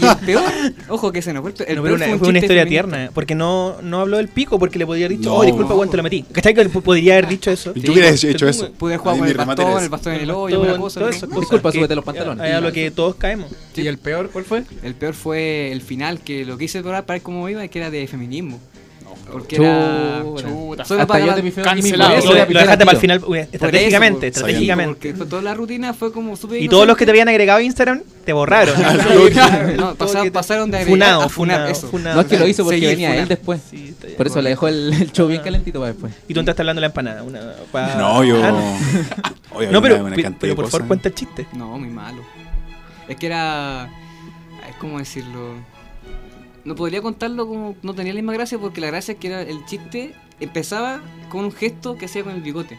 Speaker 3: y el peor, ojo que se nos vuelto. El
Speaker 7: No,
Speaker 3: peor
Speaker 7: pero una,
Speaker 3: fue un
Speaker 7: fue una
Speaker 3: chiste
Speaker 7: historia
Speaker 3: femenino.
Speaker 7: tierna, porque no, no habló del pico, porque le podría haber dicho,
Speaker 2: No.
Speaker 7: oh, disculpa, Juan, te la metí. ¿Cachai que podría haber dicho eso?
Speaker 2: Yo hubiera hecho, hecho eso.
Speaker 3: Pude jugar
Speaker 2: Ahí
Speaker 3: con
Speaker 2: mi
Speaker 3: el
Speaker 2: remate
Speaker 3: bastón,
Speaker 2: era
Speaker 3: el
Speaker 2: ese.
Speaker 3: bastón en el hoyo, una cosa.
Speaker 7: Todo
Speaker 3: ¿no?
Speaker 7: eso,
Speaker 8: Disculpa, súbete los pantalones.
Speaker 7: Hay algo que todos caemos.
Speaker 8: ¿Y el peor cuál fue?
Speaker 3: El peor fue el final, que lo que hice para ver cómo iba, que era de feminismo. Porque era.
Speaker 8: Chuta.
Speaker 4: Chuta.
Speaker 3: Solo
Speaker 8: Hasta
Speaker 3: para
Speaker 8: yo
Speaker 3: ganar-
Speaker 8: te pifeo aquí mismo.
Speaker 4: Cancelado.
Speaker 7: Lo,
Speaker 4: Eso
Speaker 7: lo
Speaker 4: era
Speaker 7: dejaste para el final, eh,
Speaker 3: por eso,
Speaker 7: estratégicamente,
Speaker 3: porque-
Speaker 7: estratégicamente.
Speaker 3: Porque fue toda la rutina fue como súper.
Speaker 7: Y todos los que
Speaker 3: inocente.
Speaker 7: te habían agregado a Instagram te borraron.
Speaker 3: No, pasaron, pasaron de agregar
Speaker 7: Funado,
Speaker 3: a funar,
Speaker 7: funado,
Speaker 3: eso.
Speaker 7: funado.
Speaker 8: No es que lo hizo porque
Speaker 3: Seguir
Speaker 8: venía él
Speaker 3: fulano.
Speaker 8: después.
Speaker 7: Sí, está bien.
Speaker 8: Por eso le dejó el, el show bien calentito para después.
Speaker 7: Y tú estás hablando de la empanada. Una, pa-
Speaker 2: Eh, No, yo.
Speaker 7: Ah,
Speaker 2: Oye,
Speaker 7: No, pero,
Speaker 2: una- una
Speaker 7: pe-
Speaker 2: cantidad
Speaker 7: pero
Speaker 2: de
Speaker 7: por favor
Speaker 2: cosas.
Speaker 7: cuenta el chiste.
Speaker 3: No, muy malo. Es que era. Es como decirlo. No podría contarlo como. No tenía la misma gracia porque la gracia es que era el chiste empezaba con un gesto que hacía con el bigote.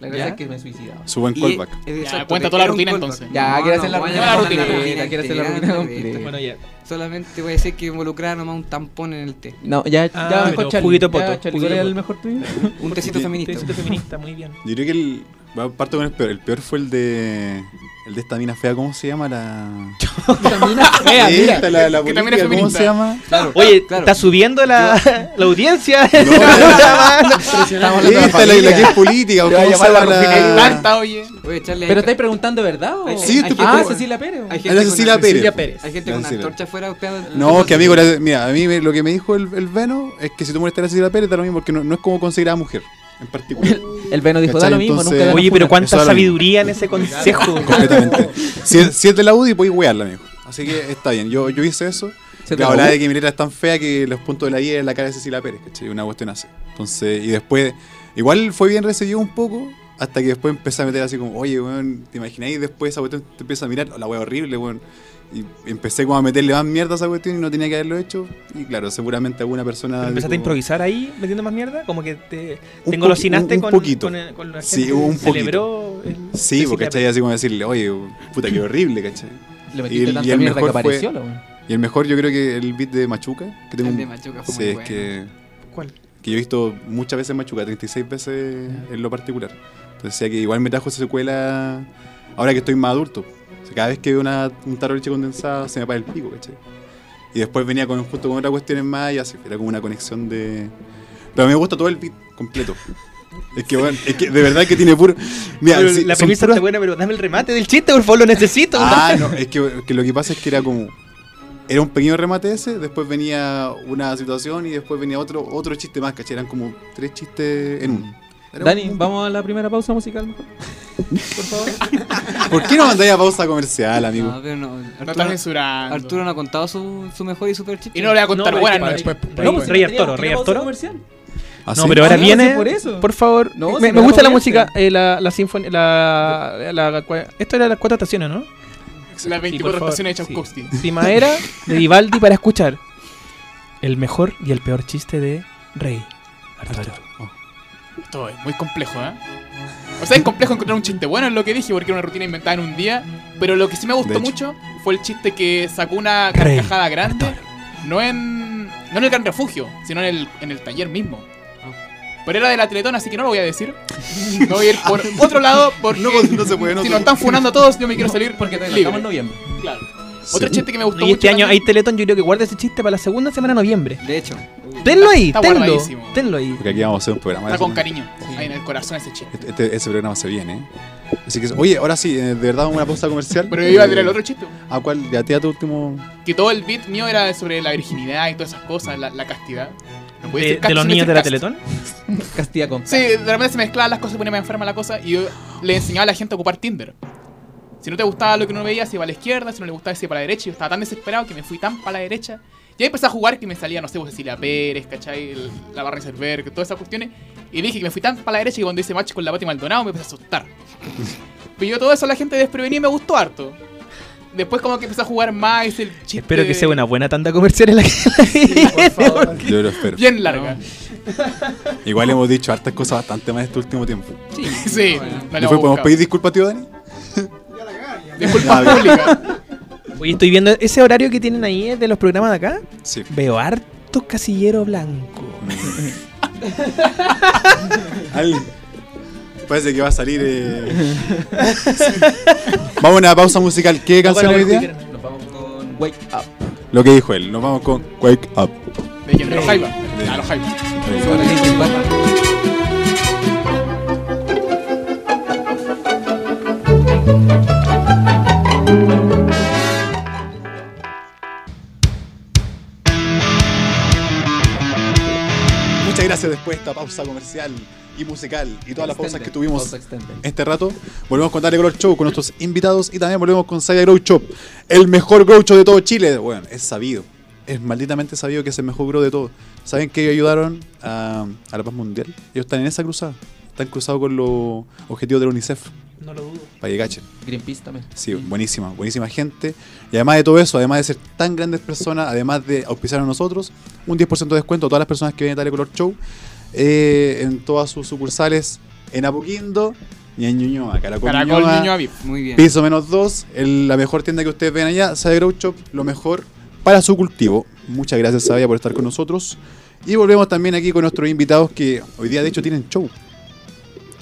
Speaker 8: La verdad es que me he suicidado.
Speaker 2: Suban
Speaker 3: Y-
Speaker 2: callback.
Speaker 3: eh, exacto,
Speaker 4: cuenta
Speaker 3: eh,
Speaker 4: toda la
Speaker 3: era un
Speaker 4: rutina,
Speaker 3: callback.
Speaker 4: entonces.
Speaker 8: Ya, quiero hacer la
Speaker 3: voy a
Speaker 4: rutina
Speaker 3: contar
Speaker 4: completa,
Speaker 8: quiero hacer la
Speaker 3: entera,
Speaker 8: rutina
Speaker 3: completa.
Speaker 8: completa.
Speaker 7: Bueno, ya.
Speaker 3: Solamente voy a decir que involucraba nomás un tampón en el té.
Speaker 8: No, ya,
Speaker 7: Ah,
Speaker 8: ya
Speaker 7: pero
Speaker 8: mejor Charlie.
Speaker 7: juguito
Speaker 8: Ya,
Speaker 7: poto,
Speaker 8: Charlie,
Speaker 7: juguito
Speaker 8: ¿cuál era
Speaker 7: poto.
Speaker 8: el mejor tuyo?
Speaker 3: Un tecito
Speaker 2: Sí,
Speaker 3: feminista.
Speaker 7: Éxito feminista, muy bien.
Speaker 2: Yo creo que el. va- Parto con el peor. El peor fue el de. El de esta mina fea, ¿cómo se llama? La.
Speaker 8: Mira, mira.
Speaker 2: Esta, la, la
Speaker 4: Que también
Speaker 2: política,
Speaker 4: es
Speaker 2: ¿Cómo
Speaker 4: feminista.
Speaker 2: se llama?
Speaker 3: Claro,
Speaker 7: Oye,
Speaker 3: claro.
Speaker 7: está subiendo la, la audiencia.
Speaker 8: Estamos hablando de
Speaker 2: Esta, la, la que
Speaker 8: familia.
Speaker 2: es política. ¿o
Speaker 8: Te va a
Speaker 2: ¿Cómo se
Speaker 8: llamar la
Speaker 2: llama?
Speaker 4: El
Speaker 2: La...
Speaker 4: Tarta, oye.
Speaker 3: Oye, Charlie,
Speaker 8: Pero
Speaker 3: hay,
Speaker 8: estáis preguntando verdad o.
Speaker 3: Sí,
Speaker 8: ah,
Speaker 3: tú-
Speaker 8: ah,
Speaker 2: por-
Speaker 8: Cecilia Pérez.
Speaker 3: hay gente
Speaker 2: Era
Speaker 3: con
Speaker 2: Cecilia
Speaker 3: una-
Speaker 2: Pérez.
Speaker 3: Hay gente con
Speaker 2: La
Speaker 3: una
Speaker 2: Cecilia.
Speaker 3: torcha afuera. golpeando-
Speaker 2: No, que amigo, la- mira, a mí me- lo que me dijo el, el Veno es que si tú molestas a Cecilia Pérez, da lo mismo, porque no, no es como considerada mujer en particular.
Speaker 8: El Veno dijo, da
Speaker 2: ¿Cachai?
Speaker 8: lo mismo,
Speaker 2: Entonces-
Speaker 8: nunca da la
Speaker 7: Oye, pero
Speaker 8: funa.
Speaker 2: Eso da
Speaker 7: cuánta
Speaker 2: lo mismo.
Speaker 7: sabiduría en ese consejo.
Speaker 2: Completamente. Si es, si es de la UDI, podéis wearla, amigo. Así que está bien, yo, yo hice eso.
Speaker 8: Se
Speaker 2: Yo
Speaker 8: trabó.
Speaker 2: hablaba de que mi letra es tan fea que los puntos de la I eran la cara de Cecilia Pérez, ¿cachai? Una cuestión así. Entonces, y después, igual fue bien recibido un poco, hasta que después empecé a meter así como, oye, weón, ¿te imagináis? Después esa cuestión te empieza a mirar, "Oh, la wea horrible, weón. Y empecé como a meterle más mierda a esa cuestión y no tenía que haberlo hecho. Y claro, seguramente alguna persona.
Speaker 7: Pero empezaste a
Speaker 2: dijo-
Speaker 7: improvisar ahí, metiendo más mierda, como que te,
Speaker 2: Un
Speaker 7: te
Speaker 2: poqui-
Speaker 7: engolosinaste
Speaker 2: un- un
Speaker 7: con,
Speaker 2: poquito.
Speaker 7: con, con la
Speaker 2: Sí,
Speaker 7: gente.
Speaker 2: un poquito.
Speaker 7: Celebró el-
Speaker 2: Sí, porque
Speaker 7: Cecilia
Speaker 2: ¿cachai? Así como decirle, oye, puta, qué horrible, ¿cachai?
Speaker 8: Le
Speaker 2: Y
Speaker 8: metiste
Speaker 2: el- y
Speaker 8: tanta
Speaker 2: el
Speaker 8: mierda que
Speaker 2: mejor fue-
Speaker 8: apareció, la weón.
Speaker 2: Y el mejor, yo creo que el beat de Machuca. Que tengo
Speaker 3: El
Speaker 2: un-
Speaker 3: de Machuca fue
Speaker 2: Sí,
Speaker 3: muy
Speaker 2: es
Speaker 3: bueno.
Speaker 2: que.
Speaker 7: ¿Cuál?
Speaker 2: Que yo he visto muchas veces Machuca, 36 veces en lo particular. Entonces, decía que igual me trajo esa secuela ahora que estoy más adulto. O sea, cada vez que veo una, un tarro de leche condensada, se me para el pico, ¿cachai? Y después venía con, junto con otras cuestiones más y así. Era como una conexión de. Pero me gusta todo el beat completo. Es que, bueno, es que de verdad que tiene puro. Mira,
Speaker 7: Pero
Speaker 2: sí,
Speaker 7: la
Speaker 2: son
Speaker 7: premisa
Speaker 2: puras-
Speaker 7: está buena, pero dame el remate del chiste, por favor, lo necesito.
Speaker 2: Ah, no, es que, que lo que pasa es que era como. Era un pequeño remate ese, después venía una situación y después venía otro otro chiste más, ¿cachai? Eran como tres chistes
Speaker 7: Mm.
Speaker 2: en uno. Era
Speaker 8: Dani,
Speaker 2: un-
Speaker 8: vamos a la primera pausa musical, mejor. Por favor.
Speaker 2: Ah, ¿Por qué no mandáis a pausa comercial, amigo?
Speaker 7: Ah,
Speaker 3: No, pero no.
Speaker 4: No estás
Speaker 3: Arturo,
Speaker 4: censurando.
Speaker 3: Arturo no ha contado su, su mejor y super chiste.
Speaker 4: Y no le voy a contar
Speaker 7: No,
Speaker 4: buenas
Speaker 7: pero-
Speaker 4: noches.
Speaker 9: Después,
Speaker 7: No, pues, Rey Arturo, Rey Arturo.
Speaker 2: ¿Ah, sí?
Speaker 7: No, pero ahora
Speaker 8: Ah,
Speaker 7: viene.
Speaker 8: sí, por eso.
Speaker 7: favor.
Speaker 8: No,
Speaker 7: me
Speaker 8: si
Speaker 7: me
Speaker 8: me la
Speaker 7: gusta la
Speaker 8: copiaste.
Speaker 7: música, eh, la, la sinfonía. La, la- la- cua- esto era las cuatro estaciones, ¿no?
Speaker 4: Las
Speaker 7: por
Speaker 4: 24
Speaker 7: favor,
Speaker 4: estaciones de
Speaker 7: sí.
Speaker 4: Tchaikovsky.
Speaker 7: Primaera de Vivaldi para escuchar. El mejor y el peor chiste de Rey. Arturo.
Speaker 4: Esto es muy complejo, ¿eh? O sea, es complejo encontrar un chiste bueno, es lo que dije, porque era una rutina inventada en un día. Pero lo que sí me
Speaker 2: De
Speaker 4: gustó
Speaker 2: hecho.
Speaker 4: mucho fue el chiste que sacó una
Speaker 7: Rey,
Speaker 4: carcajada grande. No en, no en el gran refugio, sino en el, en el taller mismo. Pero era de la Teletón, así que no lo voy a decir. Me voy a ir por otro lado, porque
Speaker 2: No, no se puede, no
Speaker 4: si
Speaker 2: se puede.
Speaker 4: nos están funando a todos, yo me quiero salir
Speaker 8: Porque
Speaker 4: porque
Speaker 8: te
Speaker 4: libre.
Speaker 8: en noviembre.
Speaker 4: Claro. Otro chiste que me gustó
Speaker 7: Y
Speaker 4: mucho.
Speaker 7: este año hay
Speaker 4: también-
Speaker 7: Teletón, yo creo que guarda ese chiste para la segunda semana de noviembre.
Speaker 3: De hecho,
Speaker 7: Tenlo ahí,
Speaker 4: Está
Speaker 7: tenlo.
Speaker 4: guardadísimo.
Speaker 7: Tenlo ahí.
Speaker 2: Porque aquí vamos a hacer un programa.
Speaker 4: Está
Speaker 2: de eso,
Speaker 4: con
Speaker 2: ¿no?
Speaker 4: cariño. Ahí en el corazón ese chiste.
Speaker 2: Este, este- ese programa se viene. ¿eh? Así que, oye, ahora sí, eh, de verdad una pausa comercial. Eh,
Speaker 4: Pero yo iba a tirar el otro chiste.
Speaker 2: ¿A cuál? ¿Ya te da tu último?
Speaker 4: Que todo el beat mío era sobre la virginidad y todas esas cosas, la, la castidad. No podía
Speaker 7: ¿De,
Speaker 4: decir cast
Speaker 7: de los
Speaker 4: sin decir
Speaker 7: niños de la
Speaker 4: cast.
Speaker 7: Teletón?
Speaker 8: Castilla con
Speaker 4: Sí, de repente se mezclaban las cosas, se ponía más enferma la cosa y yo le enseñaba a la gente a ocupar Tinder. Si no te gustaba lo que uno veía, se iba a la izquierda, si no le gustaba, se iba para la derecha. Yo estaba tan desesperado que me fui tan para la derecha. Y ahí empecé a jugar que me salía, no sé, vos Cecilia Pérez, ¿cachai? El- la barra Iceberg, todas esas cuestiones. Y dije que me fui tan para la derecha que cuando hice match con la Pati Maldonado me empecé a asustar. Pero yo todo eso la gente desprevenía y me gustó harto. Después como que empecé a jugar más, hice el chiste
Speaker 7: Espero que sea
Speaker 4: de-
Speaker 7: una buena tanda comercial en la que
Speaker 8: Por favor.
Speaker 2: Yo lo espero.
Speaker 4: bien larga.
Speaker 2: Igual hemos dicho hartas cosas bastante más este último tiempo.
Speaker 3: sí.
Speaker 4: Sí, no
Speaker 2: ¿Le
Speaker 4: la
Speaker 2: fue-
Speaker 4: buscaba.
Speaker 2: ¿Podemos pedir disculpas, tío Dani?
Speaker 6: Ya la cagaron, ya.
Speaker 2: Ah,
Speaker 4: Disculpas
Speaker 2: bien.
Speaker 4: públicas.
Speaker 7: Oye, estoy viendo ese horario que tienen ahí es de los programas de acá.
Speaker 2: Sí.
Speaker 7: Veo harto casillero blanco.
Speaker 2: Al- Parece que va a salir. eh. Vamos a una pausa musical. ¿Qué canción hoy día?
Speaker 8: Nos vamos con Wake Up.
Speaker 2: Lo que dijo él. Nos vamos con Wake Up.
Speaker 4: De quién? De los Jaiba. Ah, los Jaiba.
Speaker 8: Sobre Linkin Park.
Speaker 2: Muchas gracias después de esta pausa comercial y musical y todas las pausas
Speaker 8: Extended.
Speaker 2: que tuvimos
Speaker 8: Pausa extended.
Speaker 2: este rato. Volvemos con Dale Color Show con nuestros invitados y también volvemos con Saya Grow Shop, el mejor grow shop de todo Chile. Bueno, es sabido, es malditamente sabido que es el mejor grow de todo. ¿Saben que ellos ayudaron a, a la paz mundial? Ellos están en esa cruzada, están cruzados con los objetivos del UNICEF. No lo dudo. Para que cachen.
Speaker 8: Greenpeace también.
Speaker 2: Sí, buenísima, buenísima gente. Y además de todo eso, además de ser tan grandes personas, además de auspiciar a nosotros, un 10% de descuento a todas las personas que vienen a Dale Color Show eh, en todas sus sucursales en Apoquindo y en Ñuñoa, Caracol,
Speaker 4: Caracol
Speaker 2: Ñuñoa,
Speaker 4: Niño Aviv.
Speaker 3: Muy bien.
Speaker 2: Piso menos 2, el- la mejor tienda que ustedes ven allá, Sabe Grow Shop, lo mejor para su cultivo. Muchas gracias, Sabia, por estar con nosotros. Y volvemos también aquí con nuestros invitados que hoy día, de hecho, tienen show.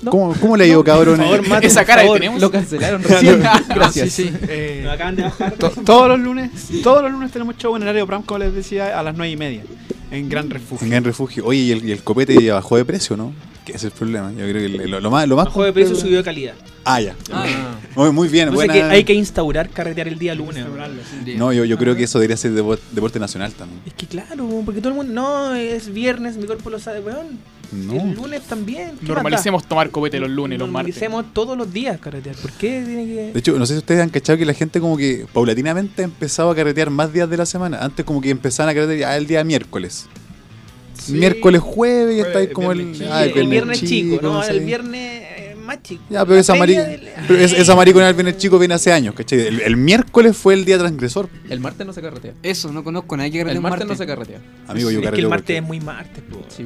Speaker 7: No.
Speaker 2: ¿Cómo, cómo le ha ido, cabrón?
Speaker 7: favor, Mate,
Speaker 4: Esa
Speaker 7: por
Speaker 4: cara que
Speaker 7: favor,
Speaker 4: tenemos.
Speaker 8: Lo cancelaron recién. Gracias.
Speaker 9: Sí, sí. eh,
Speaker 6: acaban de bajar.
Speaker 9: to- todos los lunes, todos los lunes tenemos show en el área Pram, como les decía, a las 9 y media, en Gran Refugio.
Speaker 2: En Gran Refugio. Oye, y el, y el copete ya bajó de precio, ¿no? Que es el problema. Yo creo que el- lo, lo más. Lo más
Speaker 7: Bajo de precio, subió de calidad.
Speaker 2: Ah, ya.
Speaker 8: Ah.
Speaker 2: Muy, muy bien,
Speaker 7: Entonces
Speaker 2: buena.
Speaker 7: que hay que instaurar carretear el día lunes.
Speaker 2: No, yo, yo creo que eso debería ser depo- deporte nacional también.
Speaker 7: Es que claro, porque todo el mundo. No, es viernes, mi cuerpo lo sabe, weón. El
Speaker 2: No.
Speaker 7: lunes también. ¿qué más da?
Speaker 4: Normalicemos tomar copete los lunes, los martes.
Speaker 7: Normalicemos todos los días carretear. ¿Por qué tiene
Speaker 2: De
Speaker 7: que.?
Speaker 2: hecho, no sé si ustedes han cachado que la gente como que paulatinamente ha empezado a carretear más días de la semana. Antes como que empezaban a carretear ah, el día miércoles. Miércoles, jueves, y está ahí
Speaker 9: Jueves,
Speaker 2: como el,
Speaker 9: viernes chico.
Speaker 2: ah,
Speaker 7: el,
Speaker 2: viernes
Speaker 7: viernes chico, no,
Speaker 2: sé.
Speaker 7: el viernes eh, más chico.
Speaker 2: Ya, pero
Speaker 7: La
Speaker 2: esa, mari
Speaker 7: previa del-
Speaker 2: pero es- esa maricona del viernes chico viene hace años, ¿cachai? El, el miércoles fue el día transgresor.
Speaker 8: El martes no se carretea.
Speaker 3: Eso, no conozco a nadie que carretee
Speaker 8: El
Speaker 3: un
Speaker 8: martes no
Speaker 3: martes.
Speaker 8: se carretea.
Speaker 2: Amigo, yo
Speaker 7: Es que
Speaker 2: carreteo
Speaker 7: el
Speaker 2: porque-
Speaker 7: martes es muy martes, po.
Speaker 8: Sí.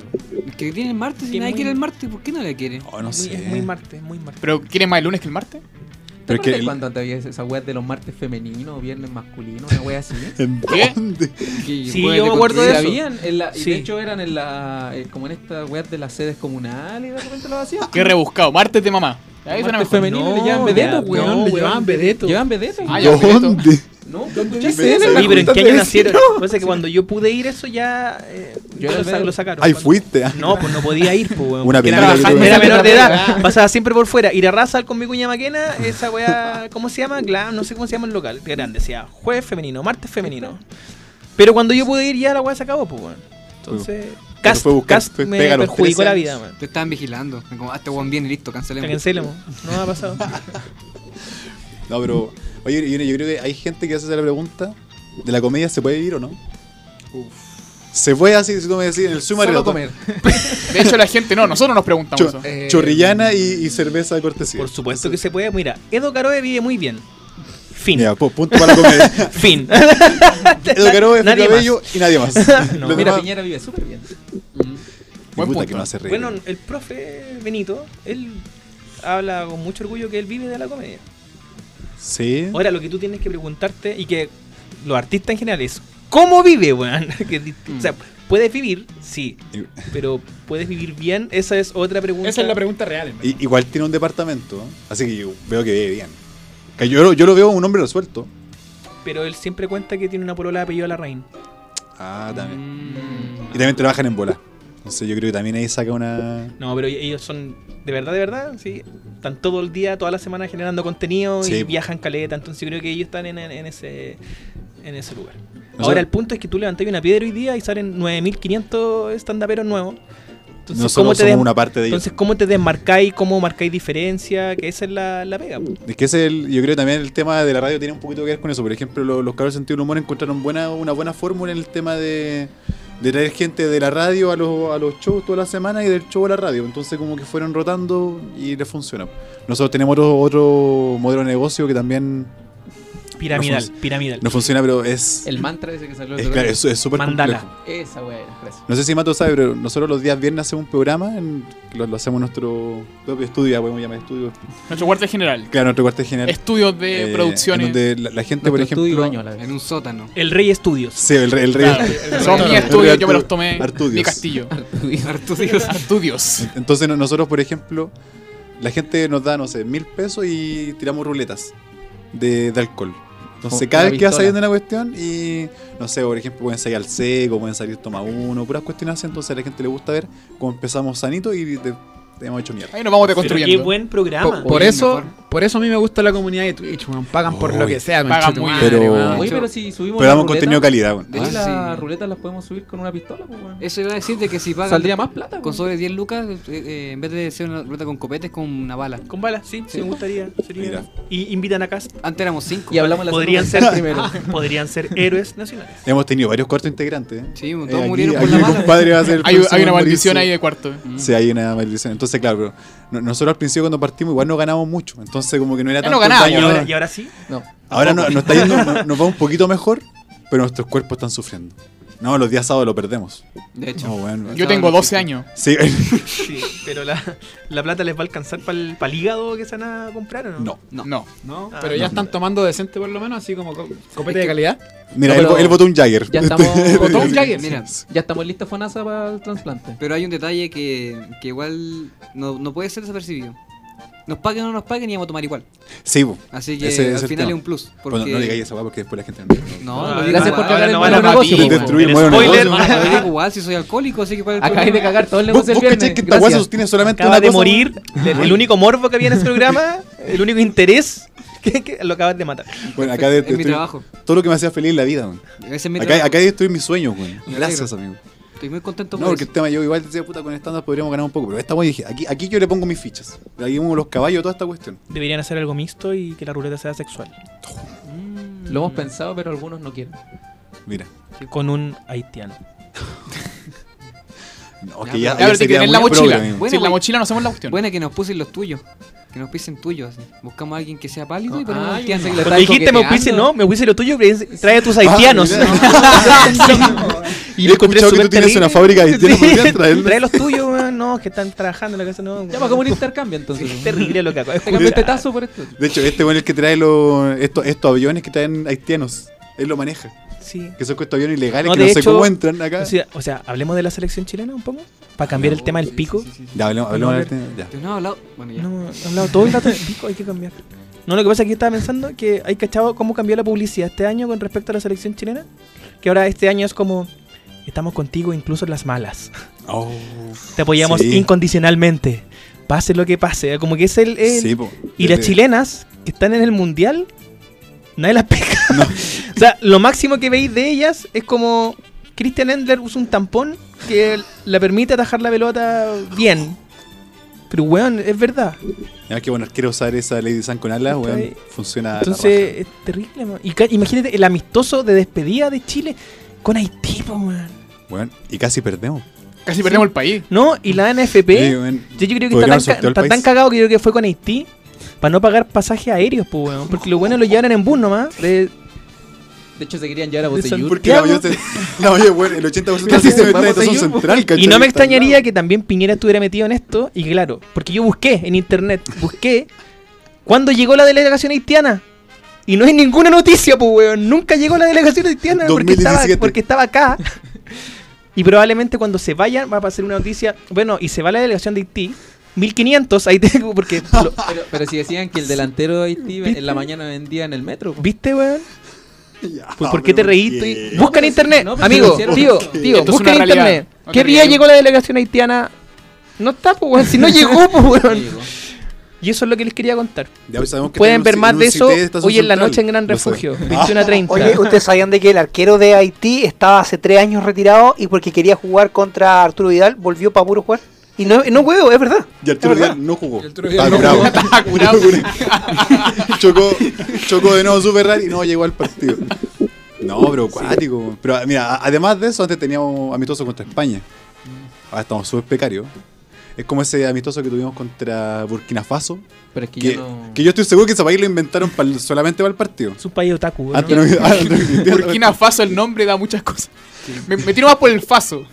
Speaker 3: Que tiene el martes y
Speaker 7: Que
Speaker 3: nadie
Speaker 7: muy-
Speaker 3: quiere el martes. ¿Por qué no le quiere?
Speaker 2: Oh, no
Speaker 7: Muy-
Speaker 2: sé.
Speaker 7: Es muy martes, muy martes.
Speaker 4: Pero ¿quieren más el lunes que el martes?
Speaker 8: ¿Te
Speaker 2: Pero es que
Speaker 8: acuerdas
Speaker 2: el-
Speaker 8: cuando antes había esa web de los martes femeninos, viernes masculinos, una wea así?
Speaker 2: ¿En
Speaker 4: ¿Qué?
Speaker 2: dónde?
Speaker 3: Que
Speaker 7: Sí,
Speaker 3: puede
Speaker 7: yo me acuerdo
Speaker 8: Sí,
Speaker 7: de
Speaker 8: la
Speaker 7: eso.
Speaker 8: habían en la- y
Speaker 7: Sí.
Speaker 8: de hecho eran en la, eh, como en esta web de las sedes comunales y de repente lo hacían.
Speaker 4: Qué rebuscado. Martes de mamá. Ahí suena
Speaker 8: Martes
Speaker 4: mejor.
Speaker 8: femeninos y le
Speaker 7: No,
Speaker 8: llevan vedetos,
Speaker 7: weón,
Speaker 8: weón.
Speaker 9: le
Speaker 8: weón.
Speaker 9: llevaban vedetos.
Speaker 8: Llevan vedetos.
Speaker 4: Ah, ya, perfecto.
Speaker 2: ¿Dónde?
Speaker 8: No,
Speaker 2: Sí,
Speaker 8: escuchaste
Speaker 2: en la
Speaker 7: Sí, pero ¿en
Speaker 2: junta
Speaker 7: qué
Speaker 2: de
Speaker 7: año nacieron?
Speaker 2: vecinos.
Speaker 7: Lo que pasa es que cuando yo pude ir, eso ya. eh,
Speaker 8: Yo
Speaker 7: lo,
Speaker 8: era
Speaker 7: sa-
Speaker 8: el-
Speaker 7: lo sacaron.
Speaker 2: Ahí
Speaker 7: Cuando-
Speaker 2: fuiste. ah.
Speaker 7: No, pues no podía ir, pues, weón.
Speaker 2: Una
Speaker 7: porque
Speaker 2: pena
Speaker 7: Era,
Speaker 2: que yo-
Speaker 7: era menor de edad. Pasaba siempre por fuera. Ir a Razal con mi cuña Maquena, esa weá. ¿Cómo se llama? Glam, no sé cómo se llama el local. Grande, decía jueves femenino, martes femenino. Pero cuando yo pude ir, ya la weá se acabó, pues, weón. Entonces. Cast,
Speaker 2: fue a buscar,
Speaker 7: Cast
Speaker 2: fue-
Speaker 7: me
Speaker 2: pega a los
Speaker 7: perjudicó
Speaker 2: 13
Speaker 7: la
Speaker 2: años.
Speaker 7: vida, man.
Speaker 3: Te estaban vigilando. Como, ah, este weón viene, listo, cancelemos.
Speaker 7: Cancelemos. No me ha pasado.
Speaker 2: No, pero. Oye, yo, yo creo que hay gente que hace la pregunta: ¿de la comedia se puede vivir o no? Se puede así, si tú me decís, en el suma
Speaker 8: Solo
Speaker 2: relato.
Speaker 8: comer.
Speaker 4: De hecho, la gente no, nosotros nos preguntamos
Speaker 2: Cho-
Speaker 4: eso.
Speaker 8: Eh,
Speaker 2: chorrillana y, y cerveza de cortesía.
Speaker 7: Por supuesto que se puede. Mira, Edo Caroe vive muy bien. Fin.
Speaker 2: Ya, pu- punto para la comedia.
Speaker 7: Fin.
Speaker 2: Edo Caroe, Felipe
Speaker 7: Nadie más.
Speaker 2: Abello y nadie más.
Speaker 7: No,
Speaker 2: Los
Speaker 8: Mira,
Speaker 2: demás- Mm.
Speaker 8: Piñera vive súper bien.
Speaker 4: Buen
Speaker 2: puta
Speaker 4: punto.
Speaker 2: que me hace reír.
Speaker 7: Bueno, el profe Benito, él habla con mucho orgullo que él vive de la comedia.
Speaker 2: sí.
Speaker 7: Ahora, lo que tú tienes que preguntarte y que los artistas en general es, ¿cómo vive, weón? Que di- o sea, ¿puedes vivir? Sí.
Speaker 2: Y-
Speaker 7: Pero ¿puedes vivir bien? Esa es otra pregunta.
Speaker 9: Esa es la pregunta real, en verdad.
Speaker 2: I- igual tiene un departamento, ¿no? así que yo veo que vive bien. Que yo, lo- yo lo veo un hombre resuelto.
Speaker 7: pero él siempre cuenta que tiene una polola de apellido Larraín.
Speaker 2: Ah, también.
Speaker 7: Mm.
Speaker 2: Y también trabajan en bola. Entonces yo creo que también ahí saca una.
Speaker 7: No, pero ellos son, de verdad, de verdad, sí. Están todo el día, toda la semana generando contenido
Speaker 2: Sí.
Speaker 7: y viajan caleta. Entonces yo creo que ellos están en, en- en ese, en ese lugar.
Speaker 2: Nosotros-
Speaker 7: Ahora, el punto es que tú levantas una piedra hoy día y salen 9.500 estandaperos nuevos. Entonces, ¿cómo
Speaker 2: Nosotros
Speaker 7: te
Speaker 2: somos
Speaker 7: des-
Speaker 2: una parte de ellos.
Speaker 7: Entonces, ¿cómo te desmarcáis? ¿Cómo marcáis diferencia? Que esa es la, la pega. po.
Speaker 2: Es que ese es el- yo creo que también el tema de la radio tiene un poquito que ver con eso. Por ejemplo, lo- los, cabros de sentido del humor encontraron buena, una buena fórmula en el tema de, de traer gente de la radio a los, a los shows toda la semana y del show a la radio. Entonces como que fueron rotando y les funciona. Nosotros tenemos otro, otro modelo de negocio que también
Speaker 7: Piramidal,
Speaker 2: No
Speaker 7: piramidal.
Speaker 2: no funciona, pero es...
Speaker 8: El mantra ese que salió el
Speaker 2: Es
Speaker 8: otro
Speaker 2: claro,
Speaker 8: día.
Speaker 2: es es súper
Speaker 7: Mandala.
Speaker 2: complejo.
Speaker 8: Esa weá era, gracias.
Speaker 2: No sé si Mato sabe, pero nosotros los días viernes hacemos un programa, en- lo, lo hacemos en nuestro propio estudio, ya podemos llamar estudio.
Speaker 4: Nuestro cuartel general.
Speaker 2: Claro, nuestro cuartel general.
Speaker 4: Estudios de
Speaker 2: eh,
Speaker 4: Este, producciones.
Speaker 2: en donde la, la gente, por ejemplo...
Speaker 8: Nuestro estudio y baño a la vez.
Speaker 3: En un sótano.
Speaker 7: El Rey Estudios.
Speaker 2: Sí, el rey. El rey
Speaker 4: Claro, son mi estudio, yo me los tomé.
Speaker 2: Artudios.
Speaker 4: Mi castillo.
Speaker 3: Arturios.
Speaker 4: Artudios.
Speaker 2: Entonces no- nosotros, por ejemplo, la gente nos da, no sé, mil pesos y tiramos ruletas de, de alcohol. Entonces
Speaker 8: Como
Speaker 2: cada
Speaker 8: una
Speaker 2: vez que va
Speaker 8: pistola.
Speaker 2: saliendo una cuestión y, no sé, por ejemplo, pueden salir al seco, pueden salir toma uno, puras cuestiones así. Entonces a la gente le gusta ver cómo empezamos sanito y de- hemos hecho mierda.
Speaker 4: Ahí nos vamos
Speaker 7: Pero qué
Speaker 4: deconstruyendo.
Speaker 7: buen programa.
Speaker 9: Por, por
Speaker 3: Oye,
Speaker 9: eso,
Speaker 3: mejor.
Speaker 9: por eso a mí me gusta la comunidad de Twitch, weón. Pagan por lo
Speaker 2: Uy,
Speaker 9: que sea,
Speaker 4: pagan
Speaker 9: conchetumare,
Speaker 4: muy
Speaker 2: bien. Pero-
Speaker 9: weón.
Speaker 8: Oye,
Speaker 3: hecho,
Speaker 8: pero si subimos.
Speaker 2: Pero
Speaker 8: la
Speaker 2: damos
Speaker 8: ruleta,
Speaker 2: contenido de calidad, Ah. bueno.
Speaker 3: de
Speaker 8: oye,
Speaker 3: hecho,
Speaker 8: las
Speaker 3: sí.
Speaker 8: ruletas las podemos subir con una pistola, pues, weón.
Speaker 3: Eso iba a decirte que si pagan
Speaker 8: Saldría más plata,
Speaker 3: con
Speaker 8: weón.
Speaker 3: sobre 10 lucas, eh, eh, en vez de ser una ruta con copetes, con una bala.
Speaker 7: Con balas, sí, sí, me gustaría. sería-
Speaker 2: Mira.
Speaker 7: Y invitan a casa.
Speaker 3: Antes éramos 5.
Speaker 8: Y hablamos la
Speaker 7: Podrían ser,
Speaker 8: semana primero.
Speaker 7: podrían ser héroes nacionales.
Speaker 2: Hemos tenido varios cuartos integrantes. ¿eh?
Speaker 3: Sí, todos
Speaker 2: Eh, aquí-
Speaker 3: murieron por
Speaker 2: aquí
Speaker 3: la
Speaker 2: mi
Speaker 3: mala.
Speaker 2: compadre va a ser el
Speaker 4: Hay,
Speaker 2: próximo
Speaker 4: hay
Speaker 2: en
Speaker 4: una maldición
Speaker 2: morirse.
Speaker 4: ahí de cuarto.
Speaker 2: Sí, hay una maldición. Entonces, claro, pero no- nosotros al principio cuando partimos igual no ganábamos mucho. Entonces, como que no era
Speaker 4: Ya
Speaker 2: tan
Speaker 4: no ganábamos,
Speaker 7: Y ahora, y ahora sí.
Speaker 8: No.
Speaker 2: Ahora no- nos, está yendo- no- nos va un poquito mejor, pero nuestros cuerpos están sufriendo. No, los días sábados lo perdemos.
Speaker 3: De hecho.
Speaker 2: No, bueno.
Speaker 4: Yo tengo 12 años.
Speaker 2: Sí,
Speaker 7: Sí, pero la, la plata les va a alcanzar para el, hígado que se van a comprar, ¿o no?
Speaker 2: no.
Speaker 4: No.
Speaker 9: No,
Speaker 7: Ah,
Speaker 9: pero
Speaker 7: no.
Speaker 9: ya están tomando decente por lo menos, así como co- copete de calidad.
Speaker 2: Mira,
Speaker 8: No,
Speaker 2: él,
Speaker 8: pero
Speaker 2: él votó un Jagger.
Speaker 8: Ya estamos.
Speaker 4: Botó un Jagger.
Speaker 3: Mira,
Speaker 8: Ya estamos listos, Fonasa, para el trasplante.
Speaker 3: pero hay un detalle que, que igual no, no puede ser desapercibido. Nos paguen o no nos paguen, íbamos a tomar igual.
Speaker 2: Sí, bu.
Speaker 3: Así que
Speaker 2: Ese es
Speaker 3: al
Speaker 2: el
Speaker 3: final
Speaker 2: tema.
Speaker 3: es un plus. Porque...
Speaker 2: Bueno, no digáis esa weá porque después la gente no.
Speaker 3: No,
Speaker 7: Ah,
Speaker 3: lo digo
Speaker 8: Gracias por
Speaker 3: igual.
Speaker 7: ahora
Speaker 8: cagar el
Speaker 7: no
Speaker 8: buen
Speaker 7: van a
Speaker 8: negocio.
Speaker 7: partir,
Speaker 8: po,
Speaker 2: Destruir
Speaker 8: weón.
Speaker 2: el modelo
Speaker 7: spoiler.
Speaker 2: negocio.
Speaker 3: No, lo digo igual si soy alcohólico, así que para el
Speaker 8: Acabáis de cagar todo el
Speaker 2: ¿Vos,
Speaker 8: negocio el
Speaker 2: vos
Speaker 8: viernes.
Speaker 2: cachai que esta weá se
Speaker 8: Gracias.
Speaker 2: sostiene solamente
Speaker 7: Acaba
Speaker 2: una
Speaker 7: de
Speaker 2: cosa?
Speaker 7: morir. El, el único morbo que había en ese programa, el único interés que, que lo acabas de matar.
Speaker 2: Bueno, acá de,
Speaker 3: Es mi
Speaker 2: destruir
Speaker 3: trabajo.
Speaker 2: Todo lo que me hacía feliz en la vida, weón.
Speaker 3: Ese es mi
Speaker 2: Acá,
Speaker 3: trabajo.
Speaker 2: acá destruir mis sueños, weón.
Speaker 3: Me
Speaker 2: Gracias, amigo.
Speaker 3: Estoy muy contento
Speaker 2: No,
Speaker 3: por
Speaker 2: porque el
Speaker 3: eso.
Speaker 2: tema yo igual decía, puta, con estándar podríamos ganar un poco. Pero esta weá dije, aquí, aquí yo le pongo mis fichas. Aquí pongo los caballos, toda esta cuestión.
Speaker 7: Deberían hacer algo mixto y que la ruleta sea sexual.
Speaker 8: Lo hemos pensado, pero algunos no quieren.
Speaker 2: Mira.
Speaker 7: Con un haitiano.
Speaker 2: No,
Speaker 3: Ya,
Speaker 2: que ya,
Speaker 4: Ya, pero tiene que
Speaker 2: sería
Speaker 4: tener la
Speaker 2: muy
Speaker 4: mochila.
Speaker 2: progre, amigo.
Speaker 3: Bueno,
Speaker 4: Sin la
Speaker 3: güey.
Speaker 4: mochila no hacemos la cuestión.
Speaker 3: Buena que nos pusen los tuyos. Que nos pisen tuyos. así. Buscamos a alguien que sea pálido y ponemos
Speaker 8: Ah,
Speaker 3: un
Speaker 8: yo
Speaker 3: tiano.
Speaker 8: pensé que
Speaker 7: Cuando
Speaker 8: le estabais
Speaker 7: dijiste me
Speaker 8: coqueteando.
Speaker 7: hubiese, no, me hubiese lo tuyo, pero trae a tus haitianos.
Speaker 2: Ah,
Speaker 7: y
Speaker 2: He escuchado que tú tienes una fábrica de haitianos, podrías traerlos.
Speaker 7: Trae los tuyos, weón, no, que están trabajando en la casa, no.
Speaker 8: Ya,
Speaker 7: weón.
Speaker 8: para como un intercambio entonces.
Speaker 7: Es terrible lo que acabo de
Speaker 8: Te cambiaste
Speaker 7: escuchar.
Speaker 8: tazo por esto.
Speaker 2: De hecho, este bueno es el que trae los, estos, estos aviones que traen haitianos. Él lo maneja.
Speaker 7: Sí.
Speaker 2: Que son estos aviones ilegales
Speaker 7: No,
Speaker 2: que no
Speaker 7: de
Speaker 2: sé
Speaker 7: hecho,
Speaker 2: cómo entran acá.
Speaker 7: O sea, o sea, hablemos de la selección chilena un poco. Para cambiar el tema del pico.
Speaker 2: Ya, hablemos, hablemos del tema, ya.
Speaker 3: Yo no he hablado. Bueno, ya.
Speaker 7: No, he hablado todo el rato del pico, hay que cambiar. No, lo que pasa es que yo estaba pensando que hay cachado cómo cambió la publicidad este año con respecto a la selección chilena. Que ahora este año es como, estamos contigo incluso en las malas.
Speaker 2: Oh,
Speaker 7: Te apoyamos
Speaker 2: Sí.
Speaker 7: incondicionalmente. Pase lo que pase. Como que es el... el-
Speaker 2: sí, po.
Speaker 7: y las
Speaker 2: Desde-
Speaker 7: chilenas que están en el mundial, nadie las pesca. o sea, lo máximo que veis de ellas es como Christian Endler usa un tampón que la permite atajar la pelota bien. Pero weón, es verdad.
Speaker 2: Ya que bueno, quiero usar esa Lady San con alas,
Speaker 7: Está
Speaker 2: weón.
Speaker 7: ahí.
Speaker 2: Funciona. a la
Speaker 7: Entonces, es terrible, man. Y ca- imagínate el amistoso de despedida de Chile con Haití, po, man.
Speaker 2: raja. Weón, y casi perdemos.
Speaker 4: Casi perdemos el país.
Speaker 7: ¿No? Y la NFP.
Speaker 2: Sí, weón.
Speaker 7: Yo, yo creo que
Speaker 2: Podríamos
Speaker 7: está tan,
Speaker 2: sortear
Speaker 7: ca-
Speaker 2: el
Speaker 7: está
Speaker 2: país.
Speaker 7: tan cagado que yo creo que fue con Haití para no pagar pasajes aéreos, pues, weón. Porque los buenos lo llevaron en bus nomás. De,
Speaker 8: De hecho, se querían llevar a
Speaker 7: Eso-
Speaker 8: Botellur.
Speaker 2: Porque la mayor, la mayor, weón, el 80% de
Speaker 8: Casi
Speaker 2: se
Speaker 8: se
Speaker 2: meten
Speaker 8: va
Speaker 2: en
Speaker 8: a
Speaker 2: estación
Speaker 8: Botellón, po.
Speaker 2: central, ¿cachai?
Speaker 7: Y no me
Speaker 2: Está al
Speaker 7: extrañaría
Speaker 2: lado.
Speaker 7: que también Piñera estuviera metido en esto. Y claro, porque yo busqué en internet, busqué cuándo llegó la delegación haitiana. Y no hay ninguna noticia, pues, weón. Nunca llegó la delegación haitiana porque estaba,
Speaker 2: 2017.
Speaker 7: porque estaba acá. Y probablemente cuando se vayan va a pasar una noticia. Bueno, y se va la delegación de Haití. 1500, ahí tengo, porque. lo-
Speaker 8: Pero, pero si decían que el delantero de Haití en la mañana vendía en el metro. po.
Speaker 7: ¿Viste, weón?
Speaker 2: Ya,
Speaker 7: Pues, ¿Por qué te
Speaker 2: pero
Speaker 7: reíste?
Speaker 2: qué?
Speaker 7: Busca en internet,
Speaker 8: No, pero
Speaker 7: amigo,
Speaker 8: si lo hicieron
Speaker 7: tío,
Speaker 8: esto.
Speaker 7: tío,
Speaker 4: Esto es
Speaker 7: busca en
Speaker 4: una realidad.
Speaker 7: internet.
Speaker 4: No
Speaker 7: ¿Qué
Speaker 4: te
Speaker 7: día
Speaker 4: rías.
Speaker 7: llegó la delegación haitiana? No está, pues, weón, si no llegó, pues, weón.
Speaker 8: Digo,
Speaker 7: Y eso es lo que les quería contar.
Speaker 2: pues, Ya sabemos que
Speaker 7: Pueden
Speaker 2: está
Speaker 7: ver
Speaker 2: en un-
Speaker 7: más
Speaker 2: en
Speaker 7: de
Speaker 2: un
Speaker 7: eso
Speaker 2: CITES de Estación
Speaker 7: hoy en la
Speaker 2: Central.
Speaker 7: noche en Gran
Speaker 2: Lo
Speaker 7: Refugio,
Speaker 2: sabe.
Speaker 7: 21 a 30.
Speaker 10: Oye, ¿ustedes sabían de que el arquero de Haití estaba hace tres años retirado y porque quería jugar contra Arturo Vidal volvió para puro jugar? Y no, no huevo, es verdad.
Speaker 2: Y Arturo
Speaker 10: Es verdad.
Speaker 2: Vidal no jugó.
Speaker 8: El Arturo Vidal
Speaker 2: Estaba curado.
Speaker 8: no
Speaker 4: curado.
Speaker 2: chocó, chocó de nuevo Super Rally y no llegó al partido. No, pero cuático. Pero mira, a- además de eso, antes teníamos amistoso contra España. Ahora estamos súper precarios. Es como ese amistoso que tuvimos contra Burkina Faso.
Speaker 8: Pero es que,
Speaker 2: Que,
Speaker 8: yo no.
Speaker 2: que yo estoy seguro que ese país lo inventaron pa'l- solamente para el partido.
Speaker 7: Es un país otaku, weón.
Speaker 2: Antes no- antes no existía-
Speaker 4: Burkina Faso, el nombre da muchas cosas. Me, me tiro más por el Faso.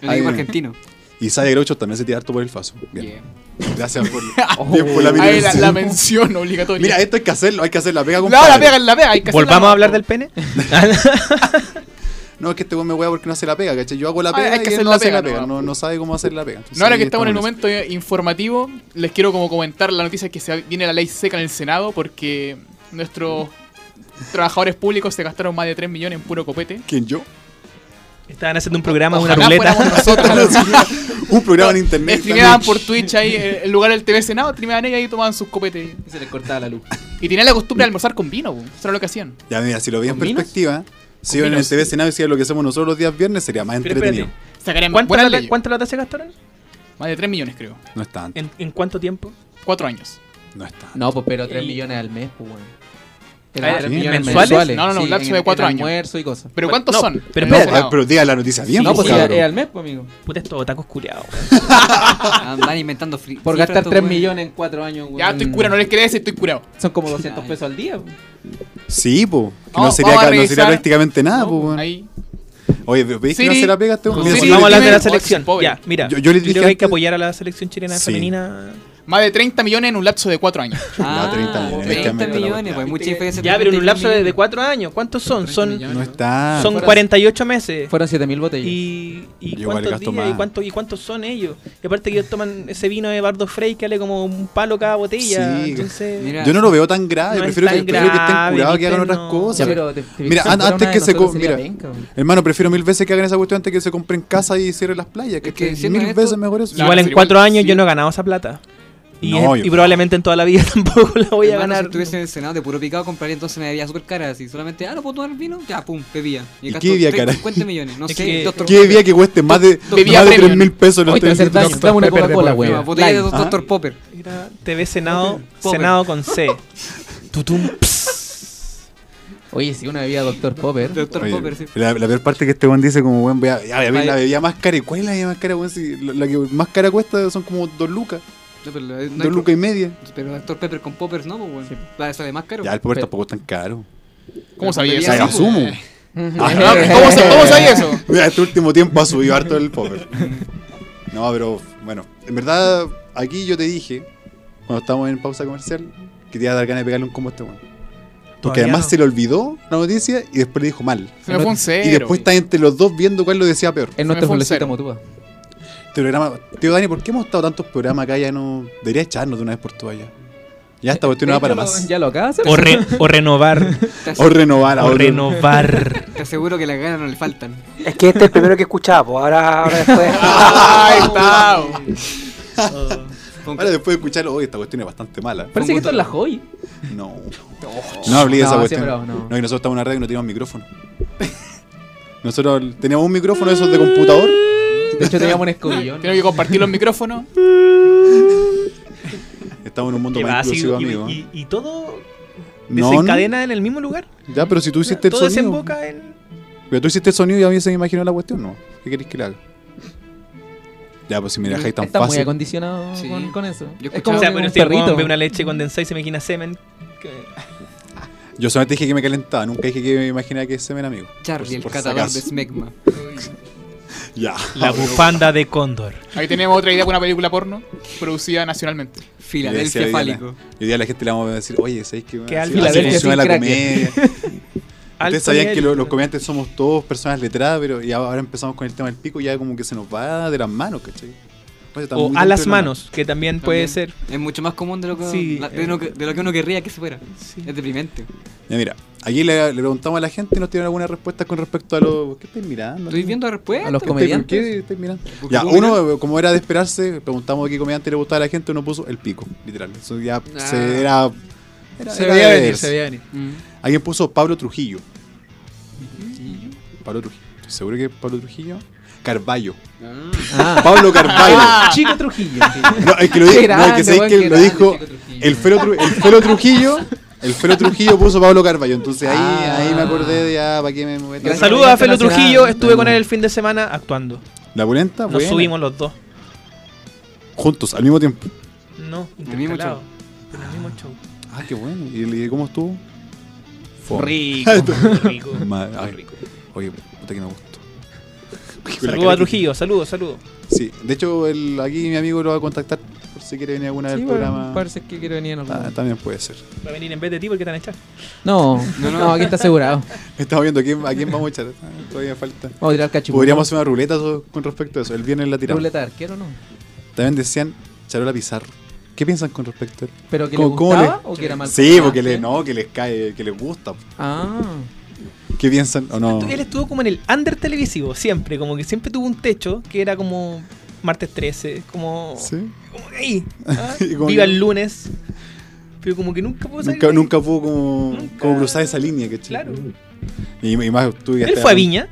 Speaker 3: El
Speaker 2: Ahí
Speaker 3: equipo
Speaker 2: viene.
Speaker 3: argentino.
Speaker 2: Y Saya Groucho también se tira harto por el Faso. Bien.
Speaker 4: Bien. Oh,
Speaker 2: Gracias por, bien por la
Speaker 4: Ahí la, la
Speaker 2: mención.
Speaker 4: mención obligatoria.
Speaker 2: Mira, esto hay que hacerlo, hay que hacer la pega,
Speaker 4: no,
Speaker 2: compadre.
Speaker 4: la pega, la pega. Hay que hacerla,
Speaker 7: ¿Volvamos
Speaker 4: ¿no?
Speaker 7: a hablar del pene?
Speaker 2: No, es que este weón me hueá porque no hace la pega, ¿cachai? Yo hago la
Speaker 4: Ah,
Speaker 2: pega
Speaker 4: hay que
Speaker 2: y él
Speaker 4: hacer
Speaker 2: no
Speaker 4: la
Speaker 2: hace
Speaker 4: pega,
Speaker 2: la pega,
Speaker 4: ¿no?
Speaker 2: no, no sabe cómo hacer la pega. Entonces,
Speaker 4: No, ahora que
Speaker 2: ahí
Speaker 4: estamos en el
Speaker 2: eso.
Speaker 4: momento informativo, les quiero como comentar la noticia que se viene la ley seca en el Senado porque nuestros trabajadores públicos se gastaron más de 3 millones en puro copete.
Speaker 2: ¿Quién yo?
Speaker 7: Estaban haciendo un programa de una
Speaker 4: Ojalá
Speaker 7: ruleta.
Speaker 4: fuéramos nosotros. eh,
Speaker 2: Un programa en internet.
Speaker 4: Streameaban
Speaker 2: también.
Speaker 4: por Twitch ahí, eh, en lugar del TV Senado, streameaban ahí y tomaban sus copetes.
Speaker 8: Se les cortaba la luz.
Speaker 4: Y tenían la costumbre de almorzar con vino, po. eso era lo que hacían.
Speaker 2: Ya, mira, si lo vi en
Speaker 8: ¿Con vinos?
Speaker 2: perspectiva, si yo
Speaker 4: ¿Con
Speaker 2: en el
Speaker 4: vinos?
Speaker 2: TV Senado hiciera lo que hacemos nosotros los días viernes, sería más
Speaker 7: Pero
Speaker 2: entretenido.
Speaker 7: espérate,
Speaker 4: Sacarían
Speaker 7: ¿cuánto
Speaker 4: buenas
Speaker 7: lata-
Speaker 4: leyes.
Speaker 7: ¿cuántas latas se gastaron?
Speaker 4: Más de 3 millones, creo.
Speaker 2: No es tanto,
Speaker 7: ¿En, en cuánto tiempo?
Speaker 4: Cuatro años.
Speaker 2: no es tanto.
Speaker 8: No, pues pero
Speaker 7: Y-
Speaker 8: 3 millones al mes, pues bueno.
Speaker 7: Ah,
Speaker 8: Era 3
Speaker 2: ¿sí?
Speaker 8: millones
Speaker 7: ¿Mensuales?
Speaker 8: mensuales.
Speaker 4: No, no, no, un
Speaker 8: sí,
Speaker 4: lapso
Speaker 8: en-
Speaker 4: de
Speaker 8: en
Speaker 4: cuatro años.
Speaker 8: Almuerzo y cosas.
Speaker 4: ¿Pero
Speaker 7: Bueno,
Speaker 4: cuántos
Speaker 7: no,
Speaker 4: son?
Speaker 7: pero
Speaker 4: En
Speaker 7: espérate,
Speaker 4: el
Speaker 2: Ah,
Speaker 4: Senado.
Speaker 2: pero diga la noticia bien,
Speaker 8: No,
Speaker 2: pues,
Speaker 8: pues era-
Speaker 2: cabrón.
Speaker 8: era al mes, pues amigo.
Speaker 7: Puta, estos otacos culiados.
Speaker 3: Andan inventando fri-
Speaker 8: Por
Speaker 3: cifras
Speaker 8: gastar
Speaker 3: estos
Speaker 8: 3
Speaker 3: güeyes.
Speaker 8: millones en 4 años, weón.
Speaker 4: Ya estoy cura, no les crees, estoy curado.
Speaker 8: Son como 200 pesos al día.
Speaker 2: Sí, po. Que no,
Speaker 4: Vamos-
Speaker 2: sería,
Speaker 4: vamos
Speaker 2: ca- no
Speaker 4: a
Speaker 2: sería
Speaker 4: revisar.
Speaker 2: prácticamente nada,
Speaker 7: Ah, pues,
Speaker 4: No,
Speaker 2: po. weón.
Speaker 4: ahí.
Speaker 2: Oye, ¿veis que no
Speaker 4: Siri.
Speaker 2: hace la pega este weón?
Speaker 4: Con
Speaker 2: Mira,
Speaker 4: Siri,
Speaker 2: si
Speaker 7: Vamos a
Speaker 2: no-
Speaker 7: hablar de
Speaker 4: dime-
Speaker 7: la
Speaker 4: Oye,
Speaker 7: selección.
Speaker 4: pobre.
Speaker 7: Ya, mira.
Speaker 2: Yo-
Speaker 7: Yo,
Speaker 2: yo les dije
Speaker 7: creo que hay que
Speaker 2: antes-
Speaker 7: apoyar a la selección chilena
Speaker 2: Sí.
Speaker 7: femenina.
Speaker 4: Más de 30 millones en un lapso de cuatro años.
Speaker 3: Ah,
Speaker 2: No, 30 millones, hay que
Speaker 3: 30
Speaker 2: aumentar la
Speaker 3: millones,
Speaker 2: cuota.
Speaker 3: pues mucha diferencia.
Speaker 7: Ya,
Speaker 3: entre
Speaker 7: pero en un
Speaker 3: 30
Speaker 7: lapso de, de
Speaker 3: millones.
Speaker 7: cuatro años. ¿Cuántos son? Son, Ah,
Speaker 2: No está.
Speaker 7: son
Speaker 8: Fueron-
Speaker 7: 48 meses.
Speaker 8: Fueron 7000 botellas.
Speaker 7: ¿Y, y
Speaker 2: Yo igual
Speaker 7: cuántos
Speaker 2: gasto
Speaker 7: días?
Speaker 2: más.
Speaker 7: ¿Y, cuánto- y cuántos son ellos? Y aparte que ellos toman ese vino de Bardo Frey que vale como un palo cada botella.
Speaker 2: Sí.
Speaker 7: Entonces,
Speaker 3: Mira,
Speaker 2: Yo no lo veo tan grave,
Speaker 7: No es
Speaker 2: prefiero, que,
Speaker 7: tan
Speaker 2: prefiero que estén
Speaker 7: grave,
Speaker 2: curados que hagan
Speaker 7: ¿viste?
Speaker 2: otras
Speaker 7: No.
Speaker 2: cosas.
Speaker 8: Ya, pero te- te-
Speaker 2: Mira,
Speaker 8: si
Speaker 2: an-
Speaker 8: fuera
Speaker 2: antes
Speaker 8: una
Speaker 2: que
Speaker 8: de
Speaker 2: se
Speaker 8: nosotros
Speaker 2: co-
Speaker 8: sería
Speaker 2: mira.
Speaker 8: penca, weón.
Speaker 2: Hermano, prefiero mil veces que hagan esa cuestión antes que se compren casa y cierren las playas. Que
Speaker 3: Es que
Speaker 2: es
Speaker 3: siendo
Speaker 2: mil
Speaker 3: honesto-
Speaker 2: veces mejor eso.
Speaker 4: Claro,
Speaker 7: igual en
Speaker 4: pero
Speaker 7: cuatro
Speaker 4: igual-
Speaker 7: años
Speaker 4: sí.
Speaker 7: yo no he ganado esa plata. Y,
Speaker 2: No,
Speaker 7: es-
Speaker 2: yo-
Speaker 7: y probablemente en toda la vida tampoco la voy a
Speaker 3: Hermano,
Speaker 7: ganar.
Speaker 3: Si estuviese en el Senado de puro picado, compraría entonces una bebida súper cara. Así solamente, ah, no puedo tomar vino, ya, pum, bebía.
Speaker 2: ¿Y
Speaker 3: gasto
Speaker 2: qué bebida
Speaker 3: 30,
Speaker 2: cara?
Speaker 3: 50 millones, no
Speaker 7: Es
Speaker 3: sé.
Speaker 7: que-
Speaker 3: Dr.
Speaker 2: ¿Qué día que cueste más de,
Speaker 4: Bebida
Speaker 2: más de
Speaker 4: premium.
Speaker 2: 3 mil pesos? Lo
Speaker 8: Oye,
Speaker 2: estoy
Speaker 8: te va a hacer
Speaker 2: diciendo.
Speaker 8: daño.
Speaker 9: Dr.
Speaker 8: Dame una
Speaker 9: Pepper de
Speaker 8: Coca-Cola,
Speaker 9: por-
Speaker 3: No,
Speaker 8: weón.
Speaker 3: botella de
Speaker 8: Light.
Speaker 3: Dr. Popper.
Speaker 7: Era TV Senado,
Speaker 3: Popper.
Speaker 7: Senado con C. Tutum, ps.
Speaker 8: Oye, si una bebida Doctor Popper.
Speaker 3: Dr.
Speaker 2: Oye,
Speaker 3: Popper, sí.
Speaker 2: la, la peor parte que este buen dice, como buen, voy a, ya voy a ver
Speaker 3: Vaya.
Speaker 2: la bebida más cara. ¿Y cuál es la bebida más cara, weón? Si la, la que más cara cuesta son como dos lucas,
Speaker 3: No, pero, eh, no hay
Speaker 2: dos lucas y media.
Speaker 3: pro- pero Dr. Pepper con Poppers no, pues, bueno. Va, Sale más caro.
Speaker 2: Ya, el pobre
Speaker 8: Pero-
Speaker 2: tampoco es tan caro.
Speaker 4: ¿Cómo sabía
Speaker 2: O
Speaker 4: eso?
Speaker 2: sea, yo asumo.
Speaker 4: Ah, ¿Cómo, sa- cómo sabía eso?
Speaker 2: Mira, este último tiempo ha subido harto el pobre. No, pero bueno, en verdad, aquí yo te dije, cuando estábamos en pausa comercial, que te iba a dar ganas de pegarle un combo a este weón. Porque
Speaker 7: Todavía
Speaker 2: además
Speaker 7: no.
Speaker 2: se le olvidó la noticia y después le dijo mal.
Speaker 4: Se me fue un cero.
Speaker 2: Y después están entre los dos viendo cuál lo decía peor.
Speaker 8: Es
Speaker 4: me
Speaker 8: nuestra
Speaker 4: fue un
Speaker 8: florecita
Speaker 4: cero.
Speaker 8: motúa.
Speaker 2: Este programa, tío Dani, ¿por qué hemos estado tantos programas acá? Ya no. Debería echarnos de una vez por todas ya. Ya esta cuestión no va para más.
Speaker 8: Ya lo acabas de
Speaker 7: O,
Speaker 8: hacer.
Speaker 7: re- o renovar.
Speaker 3: Te
Speaker 2: O
Speaker 3: aseguro,
Speaker 2: renovar
Speaker 7: o
Speaker 2: ahora.
Speaker 7: renovar.
Speaker 3: te aseguro que las ganas no le faltan.
Speaker 10: Es que este es el primero que escuchaba, pues, ahora, ahora después.
Speaker 4: Ahí está. weón.
Speaker 2: Ahora después de escucharlo, hoy esta cuestión es bastante mala.
Speaker 8: Parece que esto es la joy.
Speaker 2: No. No hablé de esa
Speaker 8: No,
Speaker 2: cuestión.
Speaker 8: siempre
Speaker 2: No,
Speaker 8: no, no.
Speaker 2: que nosotros estamos en una red y no teníamos micrófono. Nosotros teníamos un micrófono de esos de computador.
Speaker 8: De hecho, teníamos un escobillón.
Speaker 4: Tengo que compartir los micrófonos.
Speaker 2: Estamos en un mundo
Speaker 7: Que va
Speaker 2: más
Speaker 7: así,
Speaker 2: inclusivo,
Speaker 7: y-
Speaker 2: amigo.
Speaker 7: y- y todo
Speaker 2: no, no.
Speaker 7: desencadena en el mismo lugar.
Speaker 2: Ya, pero Pues si tú hiciste el
Speaker 7: todo
Speaker 2: sonido. pues.
Speaker 7: desemboca en.
Speaker 2: Pero tú hiciste el sonido y a mí se me imaginó la cuestión, ¿no? ¿Qué querés que le haga? Ya, pues si me dejáis tan
Speaker 8: Está muy
Speaker 2: fácil.
Speaker 8: acondicionado
Speaker 3: Sí.
Speaker 8: con, con eso.
Speaker 3: Yo
Speaker 8: es
Speaker 3: escuchaba-
Speaker 8: como
Speaker 7: o sea,
Speaker 8: un
Speaker 7: pero si el
Speaker 8: perrito.
Speaker 7: weón ve una leche condensada y se me quina semen. que-
Speaker 2: Yo solamente dije que me calentaba, nunca dije que me imaginaba que se me era amigo.
Speaker 3: Charlie, el
Speaker 2: por si
Speaker 3: catador
Speaker 2: acaso.
Speaker 3: de Smegma.
Speaker 2: Ya.
Speaker 7: La bufanda de cóndor.
Speaker 4: Ahí tenemos otra idea para una película porno producida nacionalmente.
Speaker 3: Filadelfia
Speaker 2: Yo decía,
Speaker 3: fálico.
Speaker 2: Y hoy día a la gente le vamos a decir, oye, ¿sabéis que
Speaker 7: Qué
Speaker 2: así-
Speaker 7: alto.
Speaker 2: así
Speaker 8: Filadelfia
Speaker 2: funciona
Speaker 8: sin
Speaker 2: la
Speaker 8: crack.
Speaker 2: comedia?
Speaker 7: Alto
Speaker 2: Ustedes sabían
Speaker 7: nivel.
Speaker 2: que lo- los comediantes somos todos personas letradas, pero ya ahora empezamos con el tema del pico y ya como que se nos va de las manos, ¿cachai? Oye, está
Speaker 7: O
Speaker 2: muy
Speaker 7: a
Speaker 2: dentro
Speaker 7: las
Speaker 2: de la
Speaker 7: manos, que también puede ser.
Speaker 3: Es mucho más común de lo que,
Speaker 7: Sí,
Speaker 3: la- de
Speaker 7: eh.
Speaker 3: lo que, de lo que uno querría que se fuera. Es deprimente.
Speaker 2: Ya, mira, aquí le, le preguntamos a la gente y nos tienen alguna respuesta con respecto a los. ¿Qué estáis mirando?
Speaker 3: Estoy viendo respuestas.
Speaker 2: ¿Qué- ¿Por qué estáis mirando? Ya, uno, eh, como era de esperarse, preguntamos a qué comediante le gustaba a la gente, uno puso el pico, literal. Eso ya se era. era-
Speaker 9: Ah. Se
Speaker 2: era
Speaker 9: veía
Speaker 2: de
Speaker 9: venir,
Speaker 2: verse.
Speaker 9: se veía venir.
Speaker 3: Mm.
Speaker 2: Alguien puso Pablo Trujillo. Pablo Trujillo. Estoy seguro que Pablo Trujillo. Carballo.
Speaker 8: Ah.
Speaker 2: Pablo Carballo.
Speaker 8: Ah, Chico Trujillo.
Speaker 2: No, es que lo, di-
Speaker 8: Qué
Speaker 3: Ah,
Speaker 2: no, es que
Speaker 8: grande,
Speaker 2: sabéis
Speaker 8: weón,
Speaker 2: que
Speaker 8: qué
Speaker 2: lo
Speaker 8: grande,
Speaker 2: dijo.
Speaker 8: Chico Trujillo.
Speaker 2: El Felo, Tru- el Felo Trujillo. El Felo Trujillo puso Pablo Carballo. Entonces ahí,
Speaker 7: Ah.
Speaker 2: ahí me acordé de ya, para qué me moví.
Speaker 7: Un saludo a Felo Trujillo, estuve con él el fin de semana actuando.
Speaker 2: La pulenta,
Speaker 7: Nos
Speaker 2: buena.
Speaker 7: subimos los dos.
Speaker 2: Juntos, al mismo tiempo.
Speaker 7: No,
Speaker 3: El mismo
Speaker 7: intercalados. En el mismo show.
Speaker 2: Ah, qué bueno. ¿Y, y cómo estuvo? Fome.
Speaker 7: Rico, rico,
Speaker 2: Ma-
Speaker 7: muy
Speaker 2: ay,
Speaker 7: rico.
Speaker 2: Oye, puta que me gustó.
Speaker 7: Saludos a Trujillo, saludos, saludos.
Speaker 2: Sí, de hecho, el, aquí mi amigo lo va a contactar por si quiere venir alguna vez
Speaker 8: Sí,
Speaker 2: al
Speaker 8: bueno,
Speaker 2: programa.
Speaker 8: parece que quiero venir en algún
Speaker 2: Ah,
Speaker 8: momento.
Speaker 2: también puede ser.
Speaker 7: Va a venir en vez de ti porque te van a echar.
Speaker 8: No, no, aquí está asegurado.
Speaker 2: Estamos viendo a quién, a quién vamos a echar. Ah, Todavía falta.
Speaker 8: Vamos a tirar cachipún.
Speaker 2: Podríamos hacer una ruleta so- con respecto a eso. El viernes la tiramos.
Speaker 8: Ruleta de arquero, ¿no?
Speaker 2: También decían Charola Pizarro. ¿Qué piensan con respecto a él?
Speaker 8: ¿Pero que le
Speaker 2: ¿Cómo- cómo
Speaker 8: gustaba o que era mal
Speaker 2: Sí, porque
Speaker 8: personaje?
Speaker 2: le, no, que les cae, que les gusta.
Speaker 8: Ah,
Speaker 2: ¿Qué piensan o no?
Speaker 7: Él estuvo como en el under televisivo, siempre, como que siempre tuvo un techo que era como martes 13, como,
Speaker 2: Sí.
Speaker 7: como ahí. ¿ah?
Speaker 2: Y como
Speaker 7: Viva
Speaker 2: que-
Speaker 7: el lunes. Pero como que nunca pudo salir.
Speaker 2: Nunca,
Speaker 7: de ahí.
Speaker 2: nunca pudo como,
Speaker 7: Nunca.
Speaker 2: como cruzar esa línea, ¿cachai?
Speaker 7: Claro.
Speaker 2: Y, y más tú ya
Speaker 7: Él
Speaker 2: estás-
Speaker 7: fue a Viña,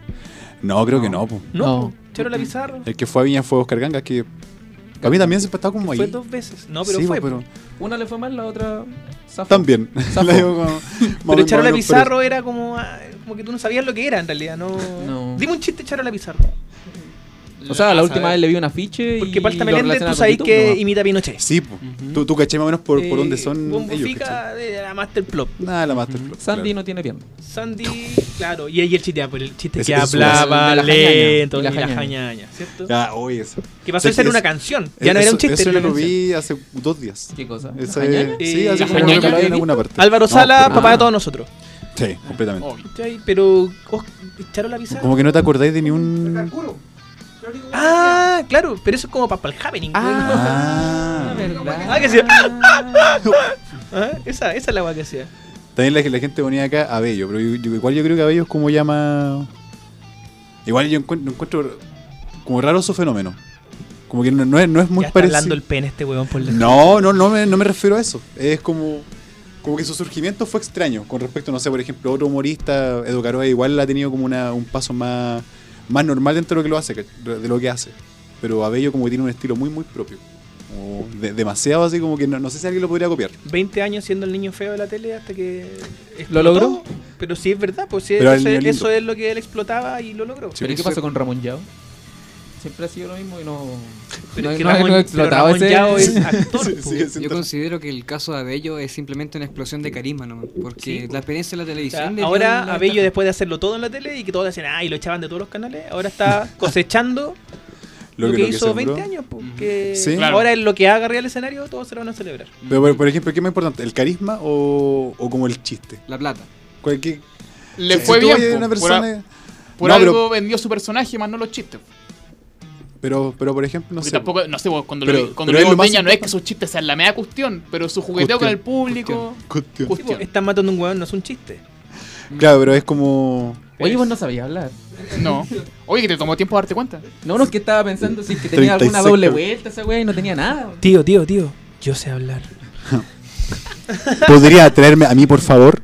Speaker 2: No, creo que no. po.
Speaker 7: ¿no?
Speaker 8: No.
Speaker 7: Charo la Pizarro.
Speaker 2: El que fue a Viña fue Oscar Ganga, que a mí también siempre está como ahí.
Speaker 7: Fue dos veces. No, pero
Speaker 2: Sí,
Speaker 7: fue.
Speaker 2: po, pero
Speaker 8: una le fue mal, la otra. zafó.
Speaker 2: también. La digo como- más o
Speaker 7: Pero
Speaker 2: menos,
Speaker 7: Charola
Speaker 2: pero-
Speaker 7: Pizarro era como, ah, como que tú no sabías lo que era en realidad. No.
Speaker 8: No.
Speaker 7: Dime un chiste, Charola Pizarro.
Speaker 8: O sea, la última vez le vi un afiche.
Speaker 7: Porque Palta
Speaker 8: lo
Speaker 7: Meléndez,
Speaker 8: relacionaba
Speaker 7: tú
Speaker 8: con
Speaker 7: sabes
Speaker 8: YouTube
Speaker 7: que
Speaker 8: nomás.
Speaker 7: imita a Pinochet. Eh,
Speaker 2: Sí, po. tú, tú caché más o menos por, por dónde son
Speaker 7: Bombo
Speaker 2: ellos. ¿cachai?
Speaker 7: Fica eh, de la Masterplot.
Speaker 2: Nada, la Masterclass.
Speaker 8: Sandy no tiene pierna.
Speaker 7: Sandy, claro, y ahí el chiste, ah, pues, el chiste
Speaker 2: Ese-
Speaker 7: que
Speaker 2: ese es su-
Speaker 7: hablaba
Speaker 8: el de la
Speaker 7: lento, y
Speaker 8: jañaña.
Speaker 7: la
Speaker 8: Y la
Speaker 7: jañaña, ¿cierto?
Speaker 2: Ya, oye, eso.
Speaker 7: Que pasó a
Speaker 2: Sí,
Speaker 7: ser
Speaker 2: es-
Speaker 7: una canción, ya no era
Speaker 2: Eso-
Speaker 7: un chiste,
Speaker 2: Eso
Speaker 7: era
Speaker 2: yo
Speaker 7: una
Speaker 2: lo
Speaker 7: canción.
Speaker 2: vi hace dos días.
Speaker 8: ¿Qué cosa?
Speaker 2: Eso
Speaker 8: ¿Jañaña?
Speaker 2: es- sí,
Speaker 7: Eh,
Speaker 2: hace como
Speaker 8: ¿Jañaña?
Speaker 2: lo hablaba en alguna parte.
Speaker 7: Álvaro
Speaker 2: No,
Speaker 7: Sala,
Speaker 2: pero-
Speaker 7: papá de todos Oh. nosotros.
Speaker 2: Sí, completamente.
Speaker 4: Obvio.
Speaker 7: ¿Cachai? Pero Os- Charola Pizarro.
Speaker 2: Como que no te acordáis de ni un.
Speaker 6: Carcuro. Lo único que
Speaker 7: Ah, claro, pero eso es como para el happening.
Speaker 8: Ah,
Speaker 2: Ah.
Speaker 8: verdad.
Speaker 7: Ah, que sí. Ah, Esa, esa es la guay que hacía.
Speaker 2: También la, la gente ponía acá Abello, pero yo- yo- igual yo creo que Abello es como llama. Igual yo encuent- lo encuentro como raro su fenómeno. Como que no, no es, no es muy
Speaker 7: ya está hablando
Speaker 2: parecido.
Speaker 7: el pene este huevón por la
Speaker 2: No, no, no me, no me refiero a eso. Es como. Como que su surgimiento fue extraño con respecto, no sé, por ejemplo, otro humorista, Edo Caroe, igual ha tenido como una, un paso más, más normal dentro de lo que lo hace, de lo que hace. Pero Abello como que tiene un estilo muy, muy propio.
Speaker 7: Oh.
Speaker 2: Como de- demasiado así como que no, no sé si alguien lo podría copiar.
Speaker 7: 20 años siendo el niño feo de la tele hasta que. explotó.
Speaker 8: ¿Lo logró?
Speaker 7: Pero sí es verdad, pues sí,
Speaker 2: Pero el
Speaker 7: eso,
Speaker 2: niño
Speaker 7: es-
Speaker 2: lindo.
Speaker 7: eso es lo que él explotaba y lo logró.
Speaker 8: ¿Pero qué
Speaker 3: Eso-
Speaker 8: pasó con Ramón Yao? Siempre ha sido lo mismo y no.
Speaker 7: Pero
Speaker 8: no,
Speaker 7: es que
Speaker 8: no-
Speaker 7: Ramón,
Speaker 8: no ha
Speaker 7: pero
Speaker 8: explotado
Speaker 7: Ramón
Speaker 8: ese-
Speaker 7: Yao es actor. pues.
Speaker 2: Sí,
Speaker 7: po.
Speaker 2: sigue
Speaker 3: Yo
Speaker 2: siendo-
Speaker 3: considero que el caso de Abello es simplemente una explosión de carisma, nomás, porque
Speaker 7: Sí.
Speaker 3: la experiencia de la
Speaker 7: O sea,
Speaker 3: televisión. le dio
Speaker 7: ahora
Speaker 3: la
Speaker 7: Abello,
Speaker 3: ventaja.
Speaker 7: después de hacerlo todo en la tele y que todos decían, ah, y lo echaban de todos los canales, ahora está cosechando lo, que, hizo
Speaker 2: sembró.
Speaker 7: 20 años. po, que
Speaker 2: Sí.
Speaker 4: Claro.
Speaker 7: Ahora en lo que haga real escenario, todos se lo van a celebrar.
Speaker 2: Pero, por, por ejemplo, ¿qué es más importante? ¿El carisma o, o como el chiste?
Speaker 3: La plata.
Speaker 2: Cualquier,
Speaker 4: Le
Speaker 2: si
Speaker 4: fue
Speaker 2: tú
Speaker 4: bien.
Speaker 2: ves
Speaker 4: po.
Speaker 2: una
Speaker 4: Por a-
Speaker 2: persona-
Speaker 4: Por
Speaker 2: No,
Speaker 4: algo
Speaker 2: pero,
Speaker 4: vendió su personaje, más no los chistes.
Speaker 2: pero, pero, por ejemplo, no
Speaker 4: Porque
Speaker 2: sé.
Speaker 4: tampoco, no sé, vos, cuando
Speaker 2: Pero-
Speaker 4: lo vi- cuando
Speaker 2: pero
Speaker 4: lo
Speaker 2: es lo
Speaker 4: vi
Speaker 2: más
Speaker 4: Peña, no es que
Speaker 2: importante.
Speaker 4: sus chistes sean la media cuestión, pero su jugueteo con el público.
Speaker 2: Cuestión.
Speaker 7: Sí, po,
Speaker 4: Cuestión.
Speaker 7: están matando a un huevón, no es un chiste.
Speaker 2: Claro, pero es como.
Speaker 8: Oye, vos no sabías hablar.
Speaker 4: No. Oye, que te tomó tiempo darte cuenta.
Speaker 8: No, no, es que estaba pensando si es que tenía alguna
Speaker 2: 36
Speaker 8: doble
Speaker 2: cab-
Speaker 8: vuelta esa wea y no tenía nada.
Speaker 7: Tío, tío, tío, yo sé hablar.
Speaker 2: ¿Podría traerme a mí, por favor?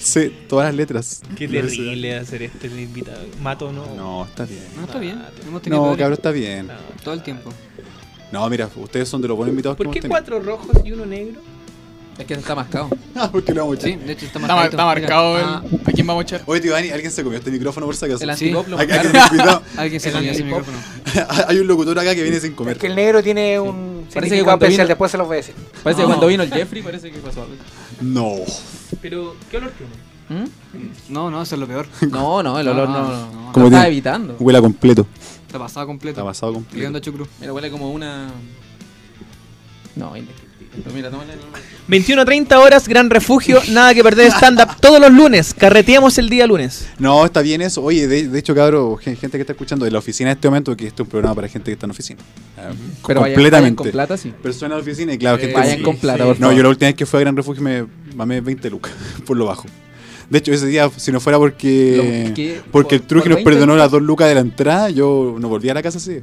Speaker 2: sé todas las letras.
Speaker 7: Qué
Speaker 2: Lo que
Speaker 7: terrible hacer esto el este invitado. Mato no.
Speaker 2: sea. No, está bien.
Speaker 3: No, este está bien. Hemos tenido
Speaker 2: No,
Speaker 3: todo el-
Speaker 2: cabrón, está bien.
Speaker 7: No.
Speaker 3: todo el tiempo.
Speaker 2: No, mira, ustedes son de los buenos invitados
Speaker 7: ¿Por
Speaker 2: que
Speaker 7: qué
Speaker 2: hemos tenido.
Speaker 7: cuatro rojos y uno negro?
Speaker 8: Es que está mascado.
Speaker 2: Ah, porque lo vamos a
Speaker 3: Sí,
Speaker 2: echar.
Speaker 3: de hecho está ah,
Speaker 4: Está, mar-
Speaker 3: marcado.
Speaker 4: está marcado
Speaker 2: Ah.
Speaker 4: el- ¿A quién vamos a echar?
Speaker 2: Oye, tío Dani, alguien se comió este micrófono por si acaso.
Speaker 8: El
Speaker 3: Sí.
Speaker 8: anticoplo.
Speaker 2: Acá hay
Speaker 8: claro.
Speaker 2: un invitado-
Speaker 3: Alguien se
Speaker 8: El
Speaker 3: comió ese
Speaker 8: antipop.
Speaker 3: micrófono.
Speaker 2: Hay un locutor acá que viene sin comer.
Speaker 10: Es que el negro tiene un
Speaker 8: Parece que
Speaker 10: significado
Speaker 8: cuando
Speaker 10: especial,
Speaker 8: vino-
Speaker 10: después se los voy a decir.
Speaker 8: Parece que cuando vino el Jeffrey, parece que pasó algo.
Speaker 2: No.
Speaker 7: Pero, ¿qué olor tiene?
Speaker 8: ¿Mm?
Speaker 3: No, no, eso es lo peor.
Speaker 8: No, no, el olor
Speaker 3: Ah,
Speaker 8: no,
Speaker 3: no,
Speaker 8: no,
Speaker 3: no.
Speaker 8: lo
Speaker 2: Como
Speaker 8: estaba
Speaker 2: tiene-
Speaker 8: evitando.
Speaker 2: Huela completo.
Speaker 3: Está pasado completo.
Speaker 2: Está pasado
Speaker 3: Ligando
Speaker 2: completo.
Speaker 3: a chucrú.
Speaker 8: Mira, huele como una. No, indescriptible. Mira, tómale el-
Speaker 7: 21 a 30 horas, Gran Refugio, nada que perder stand-up todos los lunes. Carreteamos el día lunes.
Speaker 2: No, está bien eso. Oye, de, de hecho, cabro, gen- gente que está escuchando de la oficina en este momento, que este es un programa para gente que está en oficina. Ah,
Speaker 8: Pero vayan- vayan
Speaker 2: completamente.
Speaker 8: con plata, sí.
Speaker 2: Persona de oficina y claro,
Speaker 8: Eh,
Speaker 2: gente
Speaker 8: vayan con plata, por
Speaker 2: No,
Speaker 8: favor.
Speaker 2: yo la última vez que fui a Gran Refugio me mamé 20 lucas, por lo bajo. De hecho, ese día, si no fuera porque
Speaker 8: Lo- ¿qué?
Speaker 2: porque el
Speaker 8: ¿Por-
Speaker 2: Truji
Speaker 8: por
Speaker 2: nos
Speaker 8: 20
Speaker 2: perdonó
Speaker 8: lucas?
Speaker 2: las dos lucas de la entrada, yo no volví a la casa así.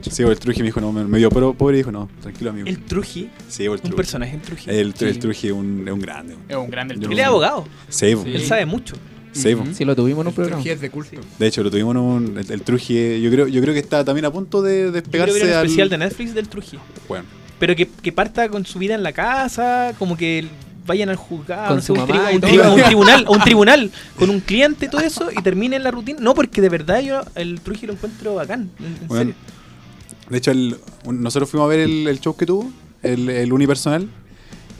Speaker 2: Sí, el Truji me dijo, no, me, me dio pero pobre y dijo, no, tranquilo amigo.
Speaker 7: El Truji.
Speaker 2: Sí, el Truji.
Speaker 7: personaje, el Truji.
Speaker 2: El, Tru- el
Speaker 7: Sí.
Speaker 2: Truji es un, es un grande.
Speaker 4: Es un grande el
Speaker 2: Yo-
Speaker 4: Truji.
Speaker 7: Él es abogado.
Speaker 2: Sí, po.
Speaker 7: Él sabe mucho.
Speaker 2: Sí, po.
Speaker 8: Sí, lo tuvimos en un programa.
Speaker 9: Truji es de culto.
Speaker 2: De hecho, lo tuvimos en un. El, el Truji, eh, yo creo, yo creo que está también a punto de
Speaker 7: Yo creo
Speaker 2: despegarse
Speaker 7: que era un
Speaker 2: al-
Speaker 7: especial de Netflix del Truji.
Speaker 2: Bueno,
Speaker 7: Pero que, que parta con su vida en la casa, como que vayan al juzgado,
Speaker 8: Con
Speaker 7: no sé,
Speaker 8: su
Speaker 7: un,
Speaker 8: mamá
Speaker 7: tri-
Speaker 8: y
Speaker 7: un
Speaker 8: todo.
Speaker 7: tri- un tribunal, a un tribunal, con un cliente, todo eso, y terminen la rutina. No, porque de verdad yo el Truji lo encuentro bacán. en- en
Speaker 2: bueno.
Speaker 7: serio.
Speaker 2: De hecho, el- un- nosotros fuimos a ver el, el show que tuvo, el, el unipersonal,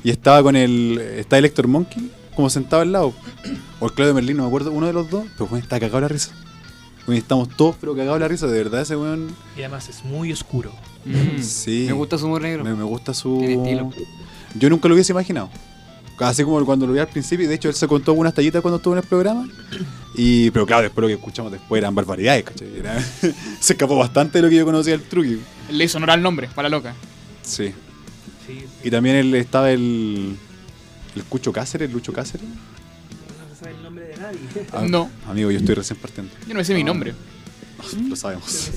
Speaker 2: y estaba con el. Está el Héctor Monkey, como sentado al lado. O el Claudio Merlín, no me acuerdo, uno de los dos, pero bueno, está cagado la risa. Bueno, estamos todos, pero cagados la risa, de verdad ese weón.
Speaker 7: Y además es muy oscuro.
Speaker 2: Sí.
Speaker 3: Me gusta su humor negro.
Speaker 2: Me, me gusta su.
Speaker 3: Tiene estilo.
Speaker 2: Yo nunca lo hubiese imaginado. Así como cuando lo vi al principio, de hecho él se contó unas tallitas cuando estuvo en el programa. Y, pero claro, después lo que escuchamos después eran barbaridades, ¿cachai? Era- se escapó bastante de lo que yo conocía del truqui.
Speaker 4: Le hizo honor al nombre, para la loca.
Speaker 2: Sí.
Speaker 7: Sí.
Speaker 2: Y también él estaba el. El Cucho Cáceres, Lucho Cáceres.
Speaker 7: No sabe el nombre de nadie.
Speaker 2: Ah,
Speaker 4: No.
Speaker 2: Amigo, yo estoy recién partiendo.
Speaker 4: Yo no me sé mi nombre.
Speaker 2: Lo sabemos.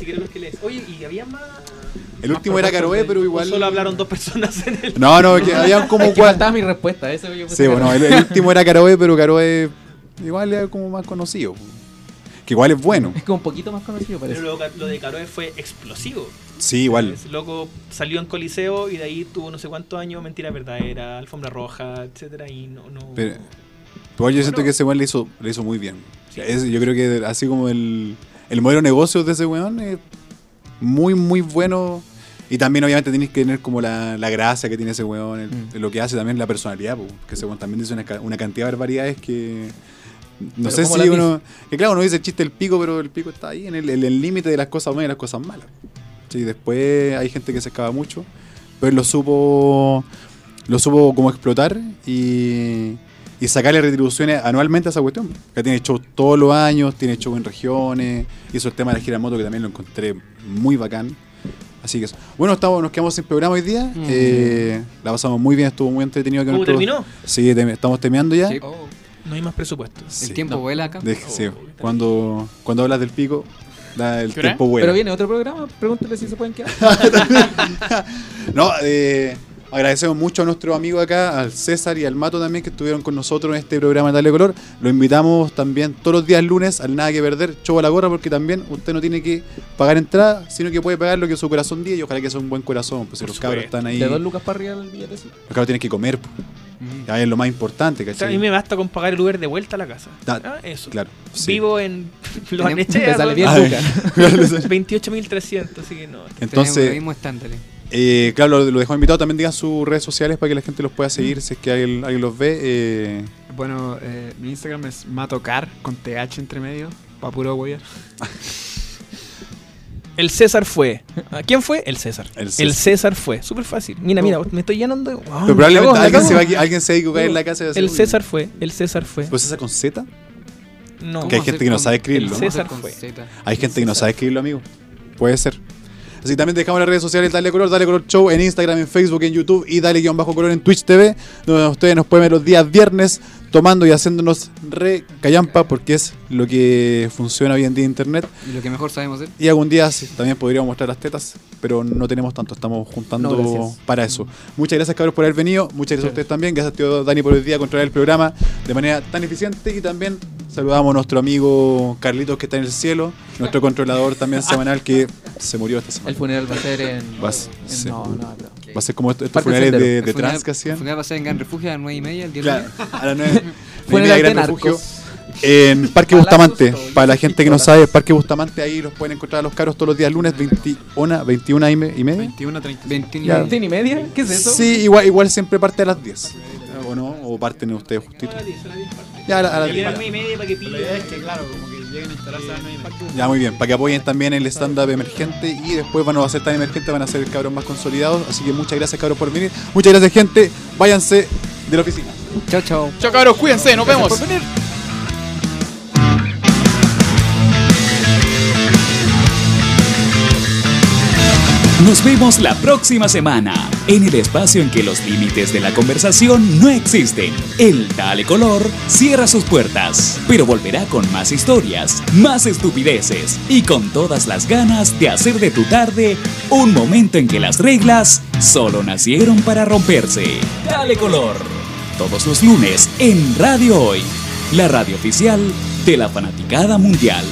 Speaker 7: Oye, ¿y había más?
Speaker 2: El último era Caroé, pero igual.
Speaker 7: Solo hablaron dos personas en el.
Speaker 2: No, no, que habían como
Speaker 8: Es que
Speaker 2: cuatro.
Speaker 8: faltaba mi respuesta. Eso yo
Speaker 2: Sí, bueno, el, el último era Caroe, pero Caroe igual era como más conocido. Que igual es bueno.
Speaker 8: Es como un poquito más conocido,
Speaker 7: Pero
Speaker 8: parece.
Speaker 7: lo, lo de Caroe fue explosivo.
Speaker 2: Sí, igual.
Speaker 7: Ese loco salió en Coliseo y de ahí tuvo no sé cuántos años, mentira verdadera, alfombra roja, etcétera Y no. no...
Speaker 2: Pero, pero yo siento que ese weón le hizo, le hizo muy bien. O sea, es- yo creo que así como el, el modelo de negocios de ese weón es muy, muy bueno. Y también obviamente tienes que tener como la, la gracia que tiene ese weón, el- lo que hace también la personalidad, po, que ese weón también dice una, ca- una cantidad de barbaridades que... No
Speaker 8: Pero
Speaker 2: sé
Speaker 8: ¿cómo
Speaker 2: si
Speaker 8: las
Speaker 2: uno... Que claro, uno dice el chiste el pico, pero el pico está ahí, en el en el límite de las cosas buenas y las cosas malas. Sí, después hay gente que se escapa mucho, pero él lo supo lo supo como explotar y, y sacarle retribuciones anualmente a esa cuestión. Que tiene show todos los años, tiene show en regiones, hizo el tema de la gira en moto que también lo encontré muy bacán. Así que eso. Bueno, estamos, nos quedamos sin programa hoy día. eh, la pasamos muy bien, estuvo muy entretenido. con
Speaker 7: ¿Cómo
Speaker 2: nuestro-
Speaker 7: terminó?
Speaker 2: Sí, te- estamos terminando ya.
Speaker 3: Sí,
Speaker 7: No hay más presupuesto.
Speaker 2: Sí,
Speaker 3: El tiempo
Speaker 2: no.
Speaker 3: vuela acá.
Speaker 2: De- sí, Cuando, cuando hablas del pico, da el
Speaker 4: ¿Qué hora?
Speaker 2: tiempo bueno.
Speaker 8: Pero viene otro programa, pregúntale si se pueden quedar.
Speaker 2: No, eh, agradecemos mucho a nuestro amigo acá, al César y al Mato también, que estuvieron con nosotros en este programa de Dale Color. Lo invitamos también todos los días lunes al Nada que Perder, show a la gorra, porque también usted no tiene que pagar entrada, sino que puede pagar lo que su corazón diga y ojalá que sea un buen corazón, pues si los cabros están ahí,
Speaker 8: De dos
Speaker 2: los
Speaker 8: lucas para arriba el billete, sí.
Speaker 2: cabros tienen que comer, pues.
Speaker 4: Mm.
Speaker 2: Ahí es lo más importante,
Speaker 7: O sea,
Speaker 2: ¿cachai?
Speaker 7: a mí me basta con pagar el Uber de vuelta a la casa.
Speaker 2: Da-
Speaker 7: Ah, eso.
Speaker 2: Claro. sí.
Speaker 7: Vivo en Los
Speaker 3: Tenemos-
Speaker 8: Te
Speaker 7: Anechea.
Speaker 8: sale bien
Speaker 2: Ay.
Speaker 8: lucas.
Speaker 7: 28.300, así que
Speaker 3: Tenemos
Speaker 7: no.
Speaker 3: los
Speaker 2: Entonces,
Speaker 3: mismos estándares.
Speaker 2: Eh, claro, lo, lo dejamos invitado. También digan sus redes sociales para que la gente los pueda seguir si es que alguien, alguien los ve. eh,
Speaker 9: Bueno, eh, mi Instagram es matocar con TH entre medio. Pa' puro huevear.
Speaker 7: El César fue. ¿A quién fue? El César.
Speaker 2: El
Speaker 7: El
Speaker 2: César. Oh.
Speaker 7: César, fue. Súper fácil. Mira, mira, me estoy llenando. de- Wow,
Speaker 2: pero
Speaker 7: me
Speaker 2: probablemente
Speaker 7: cago, me
Speaker 2: alguien,
Speaker 7: cago.
Speaker 2: se va, a equi- alguien se va a equivocar en la casa. y va a decir,
Speaker 7: Ah, El
Speaker 2: "Uy,
Speaker 7: César fue. El César fue.
Speaker 2: ¿Pues César con Z?
Speaker 7: No.
Speaker 2: Que hay gente que no sabe escribirlo.
Speaker 7: el
Speaker 2: ¿no?
Speaker 7: César fue.
Speaker 2: Hay gente que no sabe escribirlo, amigo. Puede ser. Así que también dejamos las redes sociales Dale Color, Dale Color Show en Instagram, en Facebook, en YouTube y Dale-Color en Twitch TV, donde ustedes nos pueden ver los días viernes tomando y haciéndonos re callampa porque es lo que funciona hoy en día en Internet.
Speaker 3: Y lo que mejor sabemos hacer.
Speaker 2: Y algún día sí, también podríamos mostrar las tetas, pero no tenemos tanto, estamos juntando
Speaker 8: No, gracias.
Speaker 2: para eso. Muchas gracias, cabros, por haber venido. Muchas gracias a ustedes también. Gracias, tío Dani, por el día controlar el programa de manera tan eficiente. Y también saludamos a nuestro amigo Carlitos, que está en el cielo, nuestro controlador también semanal, que se murió esta
Speaker 8: El
Speaker 2: semana.
Speaker 8: funeral va a ser en.
Speaker 2: Vas-
Speaker 8: en-
Speaker 2: sí.
Speaker 8: No, no, no.
Speaker 2: Va a ser como estos, estos
Speaker 8: Parte
Speaker 2: funerales
Speaker 8: sendero.
Speaker 2: de,
Speaker 3: El
Speaker 2: de
Speaker 3: funeral-
Speaker 2: trans que
Speaker 3: El
Speaker 2: hacían.
Speaker 3: funeral va a ser en Gran Refugio a las 9 y media, el 10 de la
Speaker 2: Claro,
Speaker 3: mañana.
Speaker 2: a las 9.
Speaker 8: Funeral de
Speaker 2: Gran Refugio.
Speaker 8: narcos.
Speaker 2: En Parque
Speaker 8: Palazos,
Speaker 2: Bustamante,
Speaker 8: todo,
Speaker 2: para la gente que no
Speaker 8: pistola.
Speaker 2: sabe, Parque Bustamante, ahí los pueden encontrar a los caros todos los días lunes, 21, 21 y me- y media.
Speaker 9: 21 a 30.
Speaker 3: 21 y
Speaker 2: Ya.
Speaker 3: media.
Speaker 8: ¿Tiene y media? ¿Qué es eso?
Speaker 2: Sí, igual, igual siempre parte a las 10. ¿O no? ¿O parten ustedes justito? Ya, a la- a las
Speaker 7: Y era
Speaker 2: 10.
Speaker 7: nueve y media para que pille.
Speaker 5: Es que claro, como que
Speaker 9: lleguen a instalarse a las 9 y media.
Speaker 2: Ya, muy bien. Para que apoyen también el stand-up emergente y después van a ser tan emergentes, van a ser cabros más consolidados. Así que muchas gracias, cabros, por venir. Muchas gracias, gente. Váyanse de la oficina.
Speaker 3: Chao, chao.
Speaker 4: Chao, cabros, cuídense, nos
Speaker 2: Gracias
Speaker 4: vemos.
Speaker 2: por venir.
Speaker 1: Nos vemos la próxima semana en el espacio en que los límites de la conversación no existen. El Dale Color cierra sus puertas, pero volverá con más historias, más estupideces y con todas las ganas de hacer de tu tarde un momento en que las reglas solo nacieron para romperse. Dale Color, todos los lunes en Radio Hoy, la radio oficial de la fanaticada mundial.